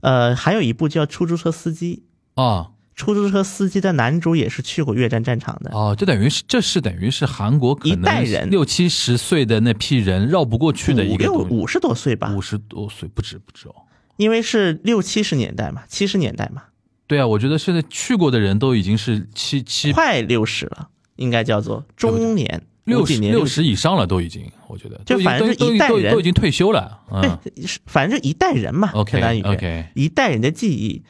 Speaker 5: 呃，还有一部叫《出租车司机》，
Speaker 4: 哦
Speaker 5: 出租车司机的男主也是去过越战战场的。
Speaker 4: 哦，这等于是这是等于是韩国可能
Speaker 5: 一代人
Speaker 4: 六七十岁的那批人绕不过去的一
Speaker 5: 五
Speaker 4: 个
Speaker 5: 六
Speaker 4: 东西
Speaker 5: 五十多岁吧
Speaker 4: 五，十多岁不止不止哦。
Speaker 5: 因为是六七十年代嘛，七十年代嘛，
Speaker 4: 对啊，我觉得现在去过的人都已经是七七
Speaker 5: 快六十了，应该叫做中年，
Speaker 4: 六
Speaker 5: 五几
Speaker 4: 十
Speaker 5: 年
Speaker 4: 六。十以上了，都已经，我觉得
Speaker 5: 就
Speaker 4: 都已经
Speaker 5: 反正
Speaker 4: 都
Speaker 5: 是
Speaker 4: 都
Speaker 5: 一代
Speaker 4: 都
Speaker 5: 人
Speaker 4: 都已经退休 了。嗯
Speaker 5: 对，是反正就一代人嘛
Speaker 4: ，OK
Speaker 5: 相当于
Speaker 4: OK，
Speaker 5: 一代人的记忆。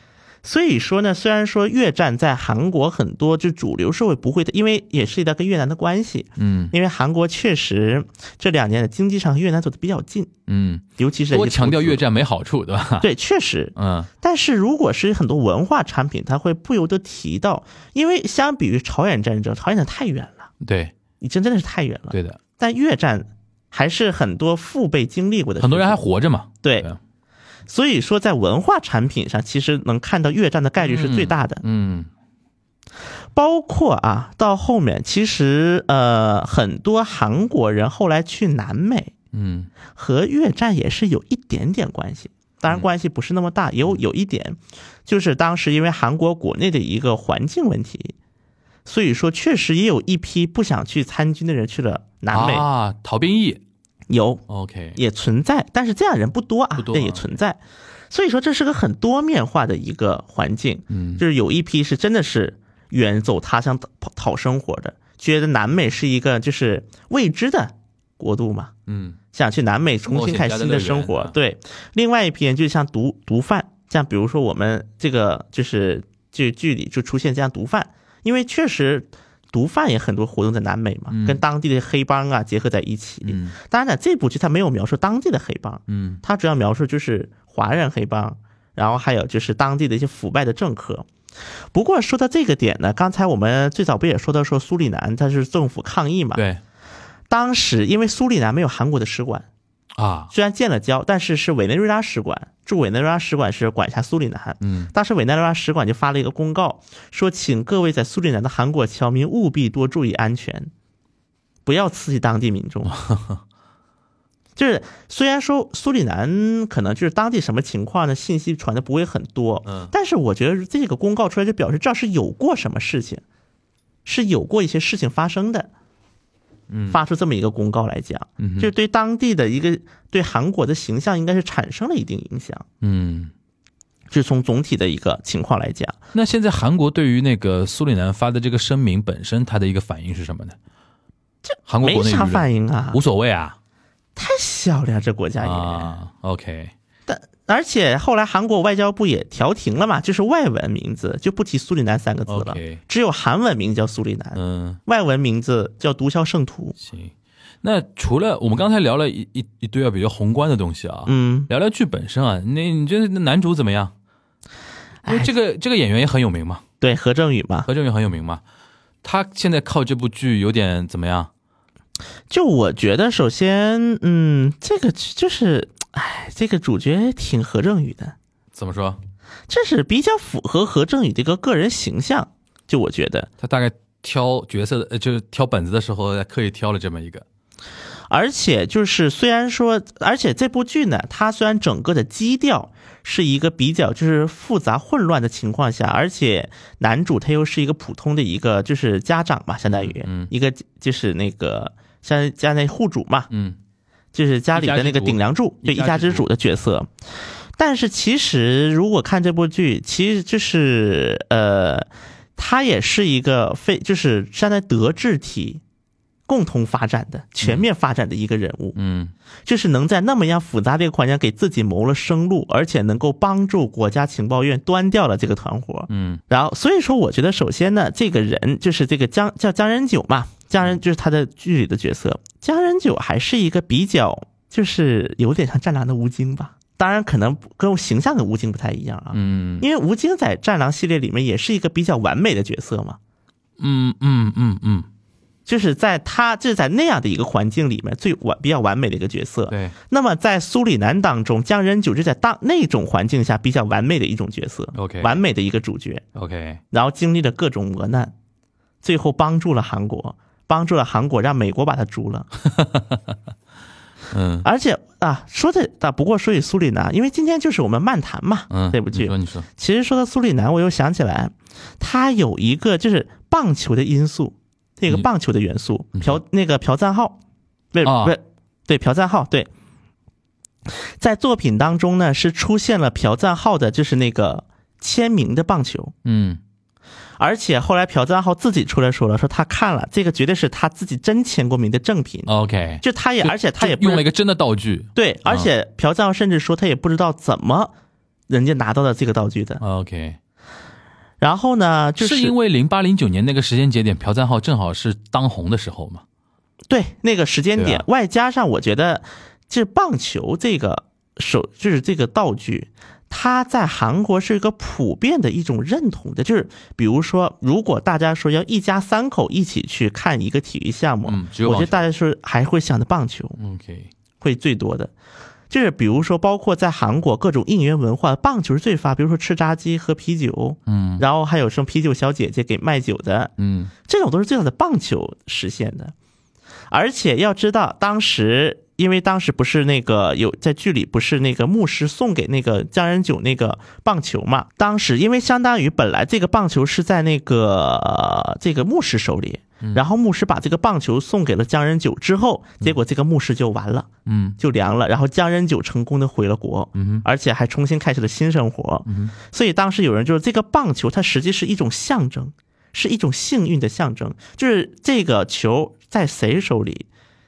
Speaker 5: 所以说呢，虽然说越战在韩国很多就主流社会不会的，因为也是一道跟越南的关系，
Speaker 4: 嗯
Speaker 5: 因为韩国确实这两年的经济上和越南走得比较近，
Speaker 4: 嗯，
Speaker 5: 尤其是
Speaker 4: 多强调越
Speaker 5: 战，
Speaker 4: 战没好处，对吧？
Speaker 5: 对，确实。
Speaker 4: 嗯，
Speaker 5: 但是如果是很多文化产品，它会不由得提到，因为相比于朝鲜战争，朝鲜战争太远了，
Speaker 4: 对
Speaker 5: 已经真的是太远了。
Speaker 4: 对的，
Speaker 5: 但越战还是很多父辈经历过的事情，
Speaker 4: 很多人还活着嘛。
Speaker 5: 对
Speaker 4: 对，
Speaker 5: 所以说在文化产品上，其实能看到越战的概率是最大的。
Speaker 4: 嗯
Speaker 5: 包括啊，到后面其实呃，很多韩国人后来去南美
Speaker 4: 嗯
Speaker 5: 和越战也是有一点点关系，
Speaker 4: 嗯
Speaker 5: 当然关系不是那么大，有有一点，就是当时因为韩国国内的一个环境问题，所以说确实也有一批不想去参军的人去了南美，
Speaker 4: 啊，逃兵役
Speaker 5: 有
Speaker 4: ，OK，
Speaker 5: 也存在，但是这样人不多啊
Speaker 4: 不，多啊
Speaker 5: 但也存在。所以说这是个很多面化的一个环境，
Speaker 4: 嗯
Speaker 5: 就是有一批是真的是远走他乡讨讨生活的，觉得南美是一个就是未知的国度嘛，
Speaker 4: 嗯
Speaker 5: 想去南美重新开始新的生
Speaker 4: 冒险家的乐
Speaker 5: 活
Speaker 4: 园啊。
Speaker 5: 对，另外一批人就像毒毒贩，像比如说我们这个就是这剧里就出现这样毒贩，因为确实毒贩也很多活动在南美嘛，跟当地的黑帮啊结合在一起。
Speaker 4: 嗯
Speaker 5: 当然了，这部剧它没有描述当地的黑帮，
Speaker 4: 嗯
Speaker 5: 它主要描述就是华人黑帮，然后还有就是当地的一些腐败的政客。不过说到这个点呢，刚才我们最早不也说到说苏里南它是政府抗议嘛？，
Speaker 4: 对
Speaker 5: 当时因为苏里南没有韩国的使馆，
Speaker 4: 啊，
Speaker 5: 虽然建了交，但是是委内瑞拉使馆驻委内瑞拉使馆是管辖苏里南。
Speaker 4: 嗯
Speaker 5: 当时委内瑞拉使馆就发了一个公告，说请各位在苏里南的韩国侨民务必多注意安全，不要刺激当地 民众。就是虽然说苏里南可能就是当地什么情况呢，信息传的不会很多，
Speaker 4: 嗯
Speaker 5: 但是我觉得这个公告出来就表示这是有过什么事情，是有过一些事情发生的。
Speaker 4: 嗯
Speaker 5: 发出这么一个公告来讲，
Speaker 4: 嗯哼
Speaker 5: 就对当地的一个对韩国的形象应该是产生了一定影响。
Speaker 4: 嗯。
Speaker 5: 就从总体的一个情况来讲，
Speaker 4: 那现在韩国对于那个苏里南发的这个声明本身，它的一个反应是什么呢？这韩国
Speaker 5: 没
Speaker 4: 国内舆
Speaker 5: 啥
Speaker 4: 论
Speaker 5: 反应啊
Speaker 4: 无，所谓啊
Speaker 5: 太小了呀，这国家也。
Speaker 4: 啊，OK，
Speaker 5: 而且后来韩国外交部也调停了嘛，就是外文名字就不提苏里南三个字了
Speaker 4: OK
Speaker 5: 只有韩文名叫苏里南，
Speaker 4: 嗯，
Speaker 5: 外文名字叫毒枭圣徒。
Speaker 4: 行。那除了我们刚才聊了一一一堆啊比较宏观的东西啊，
Speaker 5: 嗯，
Speaker 4: 聊聊剧本身啊，你你觉得男主怎么样？因为这个这个演员也很有名嘛，
Speaker 5: 对，何正宇嘛，
Speaker 4: 何正宇很有名嘛，他现在靠这部剧有点怎么样？
Speaker 5: 就我觉得，首先，嗯，这个就是，哎，这个主角挺何正宇的，
Speaker 4: 怎么说？
Speaker 5: 这是比较符合何正宇这个个人形象。就我觉得，
Speaker 4: 他大概挑角色的，呃就是挑本子的时候刻意挑了这么一个，
Speaker 5: 而且就是虽然说，而且这部剧呢，它虽然整个的基调是一个比较就是复杂混乱的情况下，而且男主他又是一个普通的一个就是家长嘛，相当于、
Speaker 4: 嗯嗯
Speaker 5: 一个就是那个像家那户主嘛，
Speaker 4: 嗯，
Speaker 5: 就是家里的那个顶梁柱，
Speaker 4: 一家之主
Speaker 5: 对
Speaker 4: 一
Speaker 5: 一
Speaker 4: 家
Speaker 5: 家
Speaker 4: 之
Speaker 5: 之
Speaker 4: 主
Speaker 5: 主的角色。但是其实如果看这部剧，其实就是呃，它也是一个非就是站在德智体共同发展的、全面发展的一个人物，
Speaker 4: 嗯
Speaker 5: 就是能在那么样复杂的一个环境下给自己谋了生路，而且能够帮助国家情报院端掉了这个团伙。
Speaker 4: 嗯
Speaker 5: 然后，所以说，我觉得首先呢，这个人就是这个江叫江仁九嘛，江仁就是他的剧里的角色，江仁九还是一个比较就是有点像战狼的吴京吧，当然可能跟形象跟吴京不太一样啊，
Speaker 4: 嗯
Speaker 5: 因为吴京在《战狼》系列里面也是一个比较完美的角色嘛，
Speaker 4: 嗯嗯嗯嗯，
Speaker 5: 就是在他就是在那样的一个环境里面最完比较完美的一个角色。
Speaker 4: 对
Speaker 5: 那么在苏里南当中，江仁九是在当那种环境下比较完美的一种角色
Speaker 4: OK
Speaker 5: 完美的一个主角，
Speaker 4: ，OK，
Speaker 5: 然后经历了各种磨难，最后帮助了韩国，帮助了韩国让美国把他诛了。
Speaker 4: 嗯
Speaker 5: 而且啊，说的啊，不过说起苏里南，因为今天就是我们漫谈嘛，
Speaker 4: 嗯，
Speaker 5: 这部
Speaker 4: 你
Speaker 5: 剧
Speaker 4: 说。你说，
Speaker 5: 其实说到苏里南，我又想起来，它有一个就是棒球的因素，这个
Speaker 4: 你
Speaker 5: 棒球的元素，
Speaker 4: 你
Speaker 5: 朴那个朴赞浩，对
Speaker 4: 嗯啊
Speaker 5: 不是，对朴赞浩，对，在作品当中呢是出现了朴赞浩的，就是那个签名的棒球。
Speaker 4: 嗯
Speaker 5: 而且后来朴赞浩自己出来说了，说他看了这个绝对是他自己真签过名的正品，
Speaker 4: ，OK，
Speaker 5: 就他也
Speaker 4: 哦就
Speaker 5: 而且他也不
Speaker 4: 用了一
Speaker 5: 知
Speaker 4: 个啊真的道具
Speaker 5: 对，而且朴赞浩甚至说他也不知道怎么人家拿到了这个道具的。
Speaker 4: ，OK，
Speaker 5: 然后呢，就是
Speaker 4: 啊是因为零八零九年那个时间节点，朴赞浩正好是当红的时候嘛，
Speaker 5: 对那个时间
Speaker 4: 对
Speaker 5: 点
Speaker 4: 啊，
Speaker 5: 外加上我觉得，这棒球这个手就是这个道具，它在韩国是一个普遍的一种认同的，就是比如说，如果大家说要一家三口一起去看一个体育项目，
Speaker 4: 嗯只有
Speaker 5: 我觉得
Speaker 4: 棒球
Speaker 5: 大家说还会想着棒球
Speaker 4: OK，
Speaker 5: 会最多的。就是比如说，包括在韩国各种应援文化，棒球是最发，比如说吃炸鸡、喝啤酒，
Speaker 4: 嗯
Speaker 5: 然后还有什么啤酒小姐姐给卖酒的，
Speaker 4: 嗯
Speaker 5: 这种都是最早的棒球实现的。而且要知道，当时因为当时不是那个有在剧里不是那个牧师送给那个江仁九那个棒球嘛？当时因为相当于本来这个棒球是在那个、呃这个牧师手里，
Speaker 4: 嗯
Speaker 5: 然后牧师把这个棒球送给了江仁九之后，结果这个牧师就完了，
Speaker 4: 嗯
Speaker 5: 就凉了。然后江仁九成功的回了国，
Speaker 4: 嗯
Speaker 5: 而且还重新开始了新生活。所以当时有人就是这个棒球，它实际是一种象征，是一种幸运的象征，就是这个球在谁手里，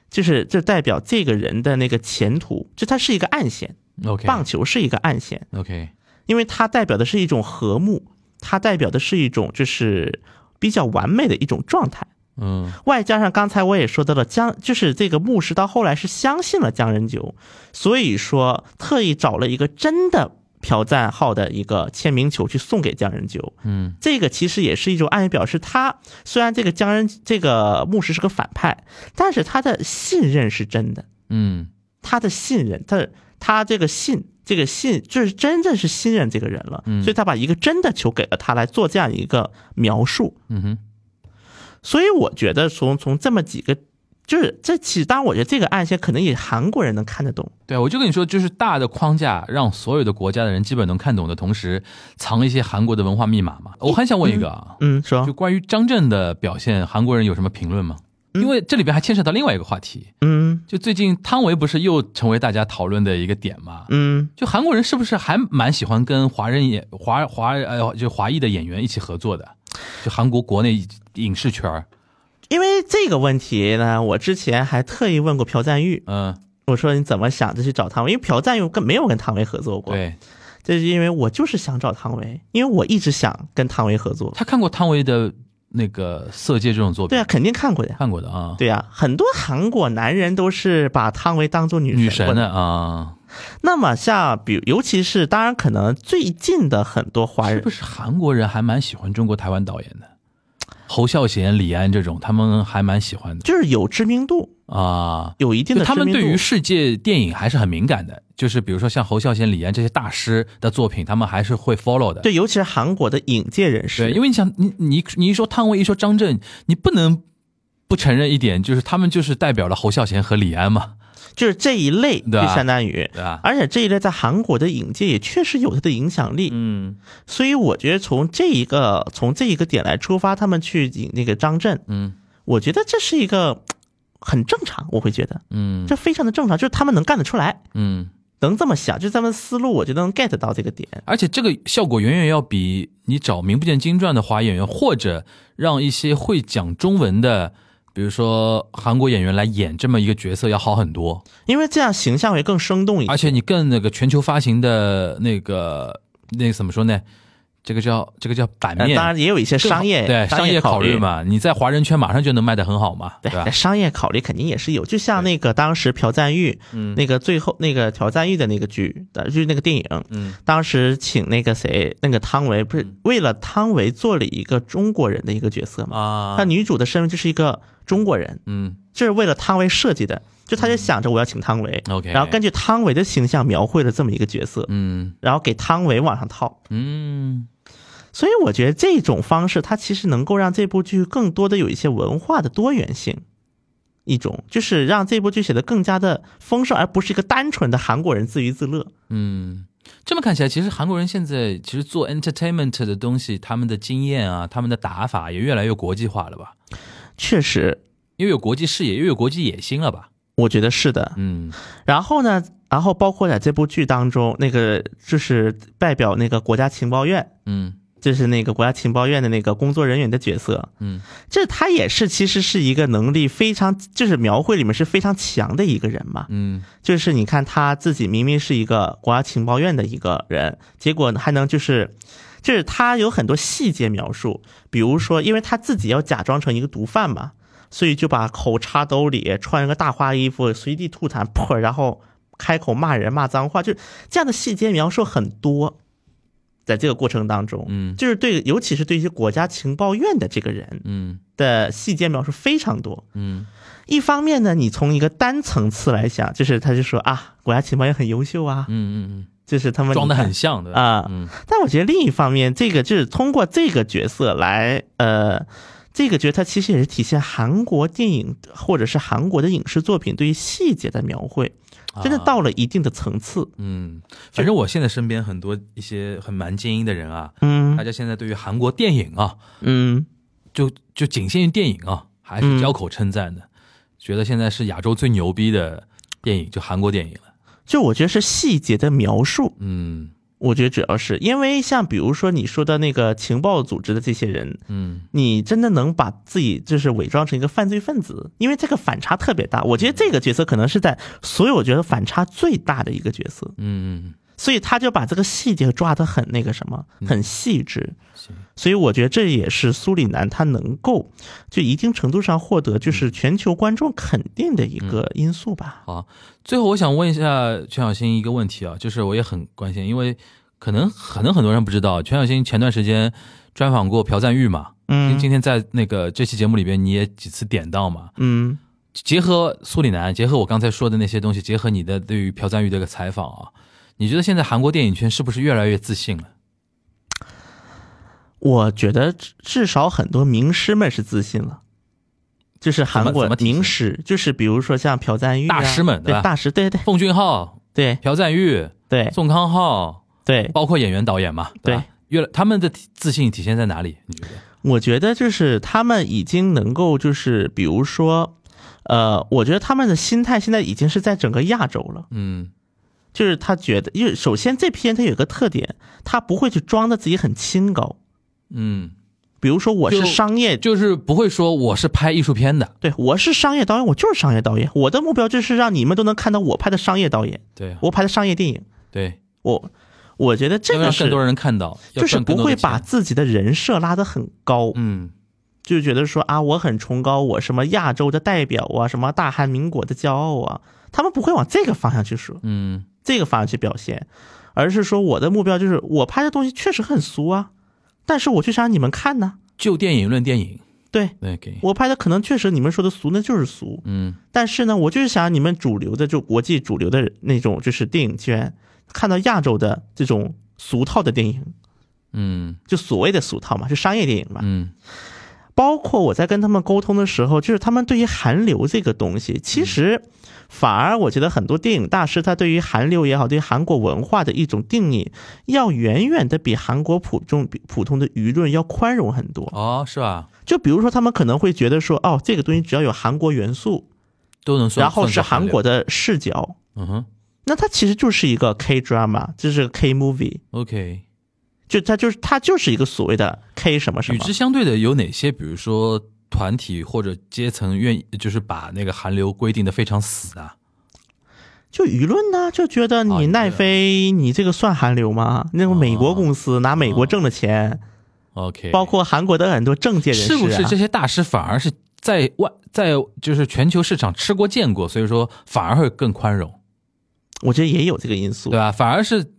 Speaker 5: 就是就代表这个人的那个前途，就它是一个暗线，
Speaker 4: 哼，OK，
Speaker 5: 棒球是一个暗线，
Speaker 4: ，OK，
Speaker 5: 因为它代表的是一种和睦，它代表的是一种就是比较完美的一种状态。
Speaker 4: 嗯
Speaker 5: 外加上刚才我也说到了江，就是这个牧师到后来是相信了江仁九，所以说特意找了一个真的朴赞浩的一个签名球去送给江仁九。
Speaker 4: 嗯
Speaker 5: 这个其实也是一种暗示，表示他虽然这个江仁这个牧师是个反派，但是他的信任是真的，
Speaker 4: 嗯
Speaker 5: 他的信任，他他这个信。这个信就是真正是信任这个人了，
Speaker 4: 嗯
Speaker 5: 所以他把一个真的球给了他来做这样一个描述，
Speaker 4: 嗯哼，
Speaker 5: 所以我觉得从从这么几个，就是这其实当然我觉得这个暗线可能也韩国人能看得懂，
Speaker 4: 对，啊我就跟你说，就是大的框架让所有的国家的人基本能看懂的同时，藏一些韩国的文化密码嘛。我很想问一个啊，
Speaker 5: 嗯，
Speaker 4: 就
Speaker 5: 说，
Speaker 4: 关于张震的表现，韩国人有什么评论吗？因为这里边还牵扯到另外一个话题，
Speaker 5: 嗯
Speaker 4: 就最近汤唯不是又成为大家讨论的一个点嘛？
Speaker 5: 嗯，
Speaker 4: 就韩国人是不是还蛮喜欢跟华人演华华呃就华裔的演员一起合作的？就韩国国内影视圈儿，
Speaker 5: 因为这个问题呢，我之前还特意问过朴赞玉，
Speaker 4: 嗯，
Speaker 5: 我说你怎么想着去找汤唯？因为朴赞玉跟没有跟汤唯合作过，
Speaker 4: 对
Speaker 5: 这是因为我就是想找汤唯，因为我一直想跟汤唯合作，
Speaker 4: 他看过汤唯的那个《色戒》这种作品，
Speaker 5: 对啊，肯定看过的呀。
Speaker 4: 看过的啊，
Speaker 5: 对呀、很多韩国男人都是把汤唯当做女
Speaker 4: 女
Speaker 5: 神
Speaker 4: 神
Speaker 5: 过
Speaker 4: 的啊，
Speaker 5: 那么像比，尤其是当然，可能最近的很多华
Speaker 4: 是
Speaker 5: 人
Speaker 4: 不是韩国人还蛮喜欢中国台湾导演的？侯孝贤、李安这种，他们还蛮喜欢的
Speaker 5: 就是有知名度，
Speaker 4: 啊。
Speaker 5: 有一定
Speaker 4: 就
Speaker 5: 的
Speaker 4: 他们
Speaker 5: 知名
Speaker 4: 对
Speaker 5: 度
Speaker 4: 于世界电影还是很敏感的，就是比如说像侯孝贤、李安这些大师的作品，他们还是会 follow 的。
Speaker 5: 对，尤其是韩国的影界人士，
Speaker 4: 对，因为你想，你你你一说汤唯，一说张震，你不能不承认一点，就是他们就是代表了侯孝贤和李安嘛，
Speaker 5: 就是这一类，
Speaker 4: 对
Speaker 5: 就
Speaker 4: 啊
Speaker 5: 相当于，
Speaker 4: 对吧？
Speaker 5: 而且这一类在韩国的影界也确实有它的影响力，
Speaker 4: 嗯
Speaker 5: 所以我觉得从这一个从这一个点来出发，他们去引那个张震，
Speaker 4: 嗯
Speaker 5: 我觉得这是一个很正常，我会觉得
Speaker 4: 嗯
Speaker 5: 这非常的正常，就是他们能干得出来，
Speaker 4: 嗯，
Speaker 5: 能这么想，就他们思路，我觉得能 get 到这个点。
Speaker 4: 而且这个效果远远要比你找名不见经传的华演员，或者让一些会讲中文的，比如说韩国演员来演这么一个角色要好很多，
Speaker 5: 因为这样形象会更生动一
Speaker 4: 而
Speaker 5: 些。
Speaker 4: 且你更那个全球发行的那个那个怎么说呢？这个叫这个叫版
Speaker 5: 呃
Speaker 4: 面，
Speaker 5: 当然也有一些商业
Speaker 4: 对
Speaker 5: 商
Speaker 4: 商业
Speaker 5: 考
Speaker 4: 考虑。嘛，你在华人圈马上就能卖得很好嘛，
Speaker 5: 对，
Speaker 4: 吧
Speaker 5: 那？商业考虑肯定也是有，就像那个当时朴赞玉，
Speaker 4: 嗯
Speaker 5: 那个最后那个朴赞玉的那个剧，呃就是那个电影，
Speaker 4: 嗯
Speaker 5: 当时请那个谁，那个汤唯，不是
Speaker 4: 嗯
Speaker 5: 为了汤唯做了一个中国人的一个角色嘛？
Speaker 4: 啊
Speaker 5: 她，女主的身份就是一个中国人，
Speaker 4: 嗯
Speaker 5: 这是为了汤唯设计的，就她就想着我要请汤唯，
Speaker 4: 嗯，OK，
Speaker 5: 然后根据汤唯的形象描绘了这么一个角色，
Speaker 4: 嗯
Speaker 5: 然后给汤唯往上套。
Speaker 4: 嗯
Speaker 5: 所以我觉得这种方式，它其实能够让这部剧更多的有一些文化的多元性，一种就是让这部剧写的更加的丰盛，而不是一个单纯的韩国人自娱自乐。
Speaker 4: 嗯，这么看起来，其实韩国人现在其实做 entertainment 的东西，他们的经验啊，他们的打法也越来越国际化了吧？
Speaker 5: 确实，
Speaker 4: 又有国际视野，又有国际野心了吧？
Speaker 5: 我觉得是的。
Speaker 4: 嗯
Speaker 5: 然后呢，然后包括在这部剧当中，那个就是代表那个国家情报院，
Speaker 4: 嗯
Speaker 5: 就是那个国家情报院的那个工作人员的角色，
Speaker 4: 嗯
Speaker 5: 这他也是其实是一个能力非常，就是描绘里面是非常强的一个人嘛。
Speaker 4: 嗯
Speaker 5: 就是你看他自己明明是一个国家情报院的一个人，结果还能就是。就是他有很多细节描述，比如说，因为他自己要假装成一个毒贩嘛，所以就把口插兜里，穿一个大花衣服，随地吐痰，噗，然后开口骂人、骂脏话，就是这样的细节描述很多。在这个过程当中，
Speaker 4: 嗯
Speaker 5: 就是对，尤其是对一些国家情报院的这个人
Speaker 4: 嗯
Speaker 5: 的细节描述非常多。
Speaker 4: 嗯
Speaker 5: 一方面呢，你从一个单层次来想，就是他就说啊，国家情报也很优秀啊，
Speaker 4: 嗯
Speaker 5: 就是他
Speaker 4: 嗯，
Speaker 5: 们
Speaker 4: 装的很像的
Speaker 5: 啊
Speaker 4: 嗯
Speaker 5: 但我觉得另一方面，这个就是通过这个角色来，呃，这个角色其实也是体现韩国电影或者是韩国的影视作品对于细节的描绘，真的
Speaker 4: 啊
Speaker 5: 到了一定的层次。
Speaker 4: 嗯，反正我现在身边很多一些很蛮精英的人啊，
Speaker 5: 嗯
Speaker 4: 大家现在对于韩国电影啊，
Speaker 5: 嗯，
Speaker 4: 就就仅限于电影啊，还是交口称赞的，觉得现在是亚洲最牛逼的电影，就韩国电影了。
Speaker 5: 就我觉得是细节的描述，
Speaker 4: 嗯
Speaker 5: 我觉得主要是因为像比如说你说的那个情报组织的这些人，
Speaker 4: 嗯
Speaker 5: 你真的能把自己就是伪装成一个犯罪分子，因为这个反差特别大。我觉得这个角色可能是在所有我觉得反差最大的一个角色，
Speaker 4: 嗯
Speaker 5: 所以他就把这个细节抓得很那个什么，很细致。所以我觉得这也是苏里南他能够就一定程度上获得就是全球观众肯定的一
Speaker 4: 嗯
Speaker 5: 个因素吧。
Speaker 4: 最后我想问一下全小新一个问题啊，就是我也很关心，因为可能可能很多人不知道，全小新前段时间专访过朴赞玉嘛，
Speaker 5: 嗯
Speaker 4: 今天在那个这期节目里边你也几次点到嘛，
Speaker 5: 嗯
Speaker 4: 结合苏里南，结合我刚才说的那些东西，结合你的对于朴赞玉的一个采访啊，你觉得现在韩国电影圈是不是越来越自信了？
Speaker 5: 我觉得至至少很多名师们是自信了，就是韩国
Speaker 4: 怎么体现
Speaker 5: 名师，就是比如说像朴赞玉、啊、
Speaker 4: 大师们对吧
Speaker 5: 对大师，对对
Speaker 4: 奉俊昊、
Speaker 5: 对
Speaker 4: 朴赞玉、
Speaker 5: 对
Speaker 4: 宋康昊，
Speaker 5: 对，
Speaker 4: 包括演员导演嘛，吧
Speaker 5: 对
Speaker 4: 越来他们的体自信体现在哪里？你觉得？
Speaker 5: 我觉得就是他们已经能够就是比如说，呃，我觉得他们的心态现在已经是在整个亚洲了，
Speaker 4: 嗯
Speaker 5: 就是他觉得，因为首先这批人他有一个特点，他不会去装的自己很清高，
Speaker 4: 嗯，
Speaker 5: 比如说我是
Speaker 4: 就
Speaker 5: 商业
Speaker 4: 就是不会说我是拍艺术片的，
Speaker 5: 对，我是商业导演，我就是商业导演。我的目标就是让你们都能看到我拍的商业导演，
Speaker 4: 对
Speaker 5: 我拍的商业电影。
Speaker 4: 对，
Speaker 5: 我我觉得这
Speaker 4: 要
Speaker 5: 个
Speaker 4: 让更
Speaker 5: 是
Speaker 4: 多人看到，要
Speaker 5: 就是
Speaker 4: 赚更
Speaker 5: 不
Speaker 4: 多的
Speaker 5: 会把
Speaker 4: 钱
Speaker 5: 自己的人设拉得很高，
Speaker 4: 嗯
Speaker 5: 就觉得说啊，我很崇高，我什么亚洲的代表啊，什么大韩民国的骄傲啊，他们不会往这个方向去说，
Speaker 4: 嗯
Speaker 5: 这个方向去表现，而是说我的目标就是我拍的东西确实很俗啊，但是我就想让你们看呢、
Speaker 4: 就电影论电影，
Speaker 5: 对
Speaker 4: 对给
Speaker 5: 我拍的可能确实你们说的俗，那就是俗，
Speaker 4: 嗯
Speaker 5: 但是呢，我就是想你们主流的，就国际主流的那种，就是电影圈看到亚洲的这种俗套的电影，
Speaker 4: 嗯
Speaker 5: 就所谓的俗套嘛，是商业电影嘛。
Speaker 4: 嗯
Speaker 5: 包括我在跟他们沟通的时候，就是他们对于韩流这个东
Speaker 4: 嗯
Speaker 5: 西，其实反而我觉得很多电影大师他对于韩流也好，对于韩国文化的一种定义，要远远的比韩国普众比普通的舆论要宽容很多。
Speaker 4: 哦是吧？
Speaker 5: 就比如说，他们可能会觉得说，哦，这个东西只要有韩国元素，
Speaker 4: 都能算，
Speaker 5: 然后是
Speaker 4: 算
Speaker 5: 韩
Speaker 4: 流
Speaker 5: 国的视角，
Speaker 4: 嗯哼
Speaker 5: 那它其实就是一个 K drama，就是 K movie，
Speaker 4: ，OK。
Speaker 5: 就它就是它就是一个所谓的 K 什么什
Speaker 4: 与
Speaker 5: 么。
Speaker 4: 之相对的有哪些？比如说团体或者阶层愿意，就是把那个韩流规定的非常死啊？
Speaker 5: 就舆论呢，就觉得
Speaker 4: 啊舆
Speaker 5: 你
Speaker 4: 论
Speaker 5: 奈飞，你这个算韩流吗？那种美国公司拿美国挣的钱，
Speaker 4: OK，
Speaker 5: 包括韩国的很多政界人士、
Speaker 4: 啊是
Speaker 5: 啊，
Speaker 4: 不是这些大师反而是在外在就是全球市场吃过见过，所以说反而会更宽容，
Speaker 5: 我觉得也有这个因素
Speaker 4: 对。啊吧？反而是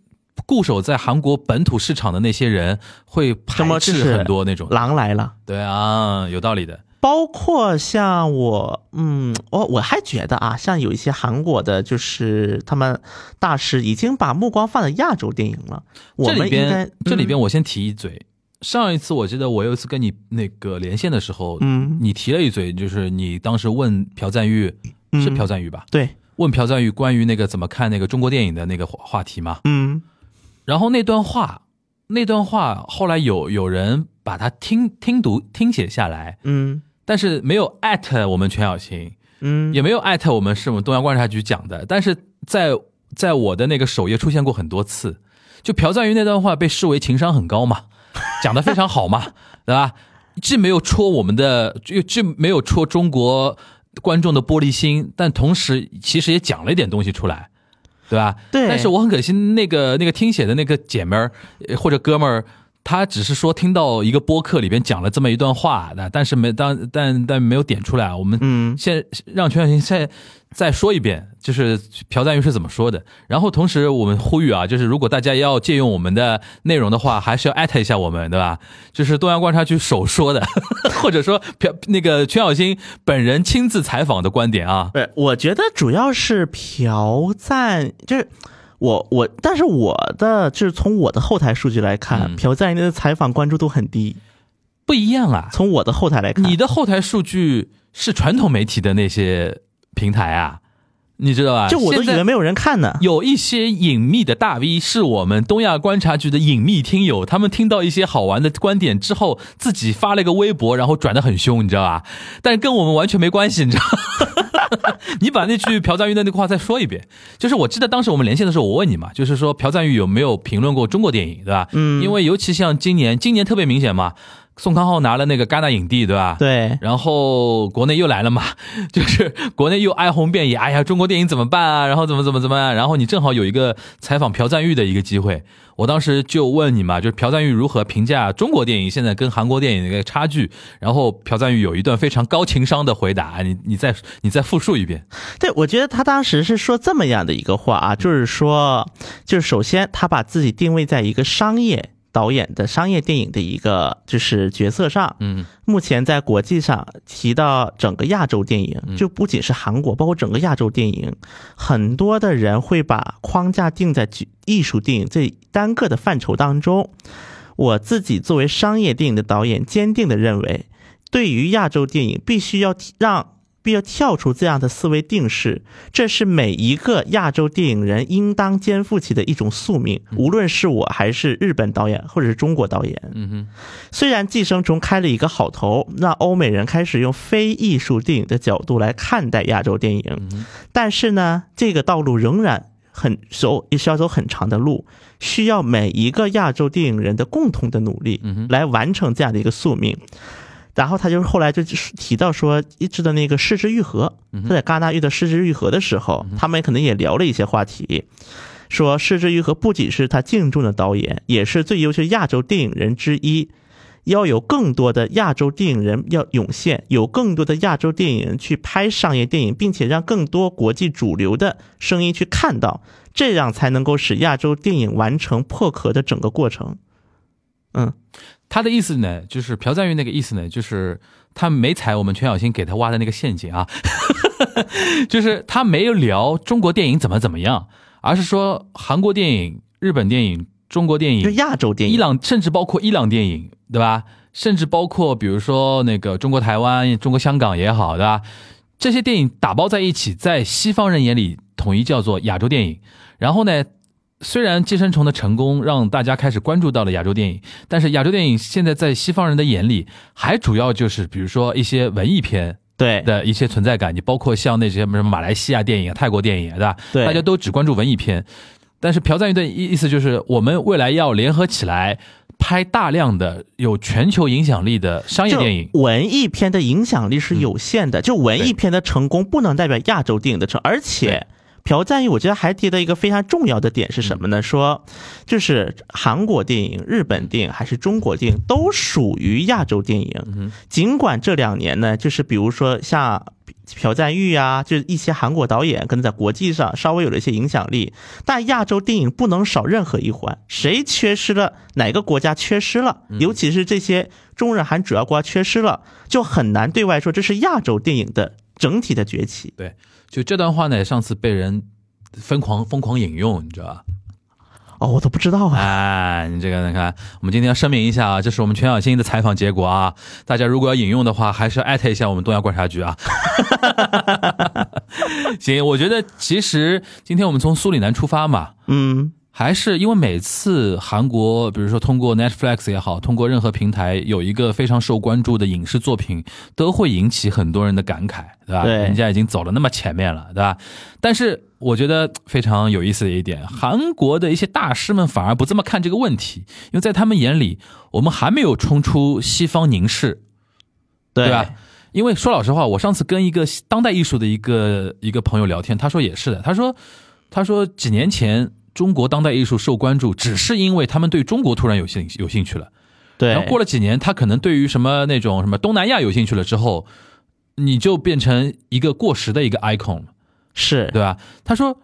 Speaker 4: 固守在韩国本土市场的那些人会
Speaker 5: 什
Speaker 4: 排
Speaker 5: 么就
Speaker 4: 斥
Speaker 5: 是
Speaker 4: 很多那种，
Speaker 5: 狼来了。
Speaker 4: 对啊，有道理的。
Speaker 5: 包括像我，嗯，我我还觉得啊，像有一些韩国的，就是他们大师已经把目光放在亚洲电影了。我
Speaker 4: 这
Speaker 5: 们
Speaker 4: 里
Speaker 5: 应该
Speaker 4: 边这里，边
Speaker 5: 嗯
Speaker 4: 我先提一嘴，上一次我记得我有一次跟你那个连线的时候，
Speaker 5: 嗯
Speaker 4: 你提了一嘴，就是你当时问朴赞玉是
Speaker 5: 嗯
Speaker 4: 朴赞玉吧？
Speaker 5: 对，
Speaker 4: 问朴赞玉关于那个怎么看那个中国电影的那个话话题嘛？
Speaker 5: 嗯，
Speaker 4: 然后那段话，那段话后来有有人把它听听读听写下来，
Speaker 5: 嗯
Speaker 4: 但是没有艾特我们全小青，
Speaker 5: 嗯，
Speaker 4: 也没有艾特我们是我们东阳观察局讲的，但是在在我的那个首页出现过很多次。就朴赞玉那段话被视为情商很高 嘛，讲的非常好嘛，对吧？既没有戳我们的，又既没有戳中国观众的玻璃心，但同时其实也讲了一点东西出来，对吧？
Speaker 5: 对
Speaker 4: 但是我很可惜，那个那个听写的那个姐们儿呃或者哥们儿，他只是说听到一个播客里边讲了这么一段话，那但是没当但但没有点出来。我们
Speaker 5: 嗯
Speaker 4: 先让全小新再再说一遍，就是朴赞玉是怎么说的。然后同时我们呼吁啊，就是如果大家要借用我们的内容的话，还是要艾特一下我们，对吧？就是东阳观察局首说的， 或者说朴那个全小新本人亲自采访的观点啊。
Speaker 5: 对，我觉得主要是朴赞，就是我我，但是我的就是从我的后台数据来看，
Speaker 4: 嗯
Speaker 5: 朴赞的采访关注度很低。
Speaker 4: 不一样啊，
Speaker 5: 从我的后台来看，
Speaker 4: 你的后台数据是传统媒体的那些平台啊，你知道吧？
Speaker 5: 就我都以
Speaker 4: 现
Speaker 5: 为
Speaker 4: 在
Speaker 5: 没有人看呢。
Speaker 4: 有一些隐秘的大 V 是我们东亚观察局的隐秘听友，他们听到一些好玩的观点之后，自己发了一个微博，然后转的很凶，你知道吧？但是跟我们完全没关系，你知道吗？ 你把那句朴赞玉的那个话再说一遍，就是我记得当时我们连线的时候，我问你嘛，就是说朴赞玉有没有评论过中国电影，对吧？嗯，因为尤其像今年，今年特别明显嘛，宋康昊拿了那个戛纳影帝，对吧？。
Speaker 5: 对，
Speaker 4: 然后国内又来了嘛， 就是国内又哀鸿遍野，哎呀，中国电影怎么办啊？然后怎么怎么怎么啊？然后你正好有一个采访朴赞玉的一个机会，我当时就问你嘛，就是朴赞玉如何评价中国电影现在跟韩国电影的一个差距？然后朴赞玉有一段非常高情商的回答，哎你你再你再复述一遍，
Speaker 5: 对，我觉得他当时是说这么样的一个话
Speaker 4: 嗯
Speaker 5: 啊，就是说，就是首先他把自己定位在一个商业导演的商业电影的一个就是角色上。
Speaker 4: 嗯，
Speaker 5: 目前在国际上提到整个亚洲电影，就不仅是韩国，包括整个亚洲电影，很多的人会把框架定在剧艺术电影这单个的范畴当中。我自己作为商业电影的导演，坚定的认为，对于亚洲电影，必须要提让必要跳出这样的思维定式，这是每一个亚洲电影人应当肩负起的一种宿命。无论是我还是日本导演，或者是中国导演，
Speaker 4: 嗯哼，
Speaker 5: 虽然《寄生虫》开了一个好头，让欧美人开始用非艺术电影的角度来看待亚洲电影，但是呢，这个道路仍然很走，也需要走很长的路，需要每一个亚洲电影人的共同的努力来完成这样的一个宿命。然后他就后来就提到说，一直的那个失之愈合，他在戛纳遇到失之愈合的时候，他们可能也聊了一些话题。说失之愈合不仅是他敬重的导演，也是最优秀亚洲电影人之一。要有更多的亚洲电影人要涌现，有更多的亚洲电影人去拍商业电影，并且让更多国际主流的声音去看到，这样才能够使亚洲电影完成破壳的整个过程。嗯，
Speaker 4: 他的意思呢，就是朴赞玉那个意思呢，就是他没踩我们全小新给他挖的那个陷阱啊， 就是他没有聊中国电影怎么怎么样，而是说韩国电影、日本电影、中国电
Speaker 5: 就
Speaker 4: 影、
Speaker 5: 嗯亚洲电
Speaker 4: 伊
Speaker 5: 影，
Speaker 4: 朗，甚至包括伊朗电影，对吧？甚至包括比如说那个中国台湾、中国香港也好，对吧？这些电影打包在一起，在西方人眼里统一叫做亚洲电影。然后呢，虽然《寄生虫》的成功让大家开始关注到了亚洲电影，但是亚洲电影现在在西方人的眼里，还主要就是比如说一些文艺片
Speaker 5: 对
Speaker 4: 的一些存在感，你包括像那些什么马来西亚电影、啊、泰国电影啊，对吧？
Speaker 5: 对
Speaker 4: 大家都只关注文艺片。但是朴赞玉的意意思就是，我们未来要联合起来拍大量的有全球影响力的商业
Speaker 5: 就
Speaker 4: 电影。嗯
Speaker 5: 文艺片的影响力是有限的，就文艺片的成功不能代表亚洲电影的成，而且朴赞玉，我觉得还提到一个非常重要的点是什么
Speaker 4: 嗯
Speaker 5: 呢？说就是韩国电影、日本电影还是中国电影都属于亚洲电
Speaker 4: 嗯
Speaker 5: 影，尽管这两年呢，就是比如说像。朴赞玉啊，就是一些韩国导演可能在国际上稍微有了一些影响力，但亚洲电影不能少任何一环。谁缺失
Speaker 4: 嗯
Speaker 5: 了，哪个国家缺失了，尤其是这些中日韩主要国家缺失了，就很难对外说这是亚洲电影的整体的崛起。
Speaker 4: 对，就这段话呢，上次被人疯狂疯狂引用，你知道吧？
Speaker 5: 哦，我都不知道啊。
Speaker 4: 哎，你这个你看，我们今天要声明一下啊，这是我们全小新的采访结果啊，大家如果要引用的话，还是要艾特一下我们东亚观察局啊。行，我觉得其实今天我们从苏里南出发嘛，
Speaker 5: 嗯，
Speaker 4: 还是因为每次韩国，比如说通过 Netflix 也好，通过任何平台有一个非常受关注的影视作品，都会引起很多人的感慨，对吧？
Speaker 5: 对
Speaker 4: 人家已经走了那么前面了，对吧？但是我觉得非常有意思的一点，韩国的一些大师们反而不这么看这个问题，因为在他们眼里，我们还没有冲出西方凝视，
Speaker 5: 对
Speaker 4: 吧？因为说老实话，我上次跟一个当代艺术的一个一个朋友聊天，他说也是的，他说他说几年前中国当代艺术受关注，只是因为他们对中国突然有兴有兴趣了，然
Speaker 5: 对
Speaker 4: 后，过了几年，他可能对于什么那种什么东南亚有兴趣了之后，你就变成一个过时的一个 icon 了。
Speaker 5: 是
Speaker 4: 对吧？他说，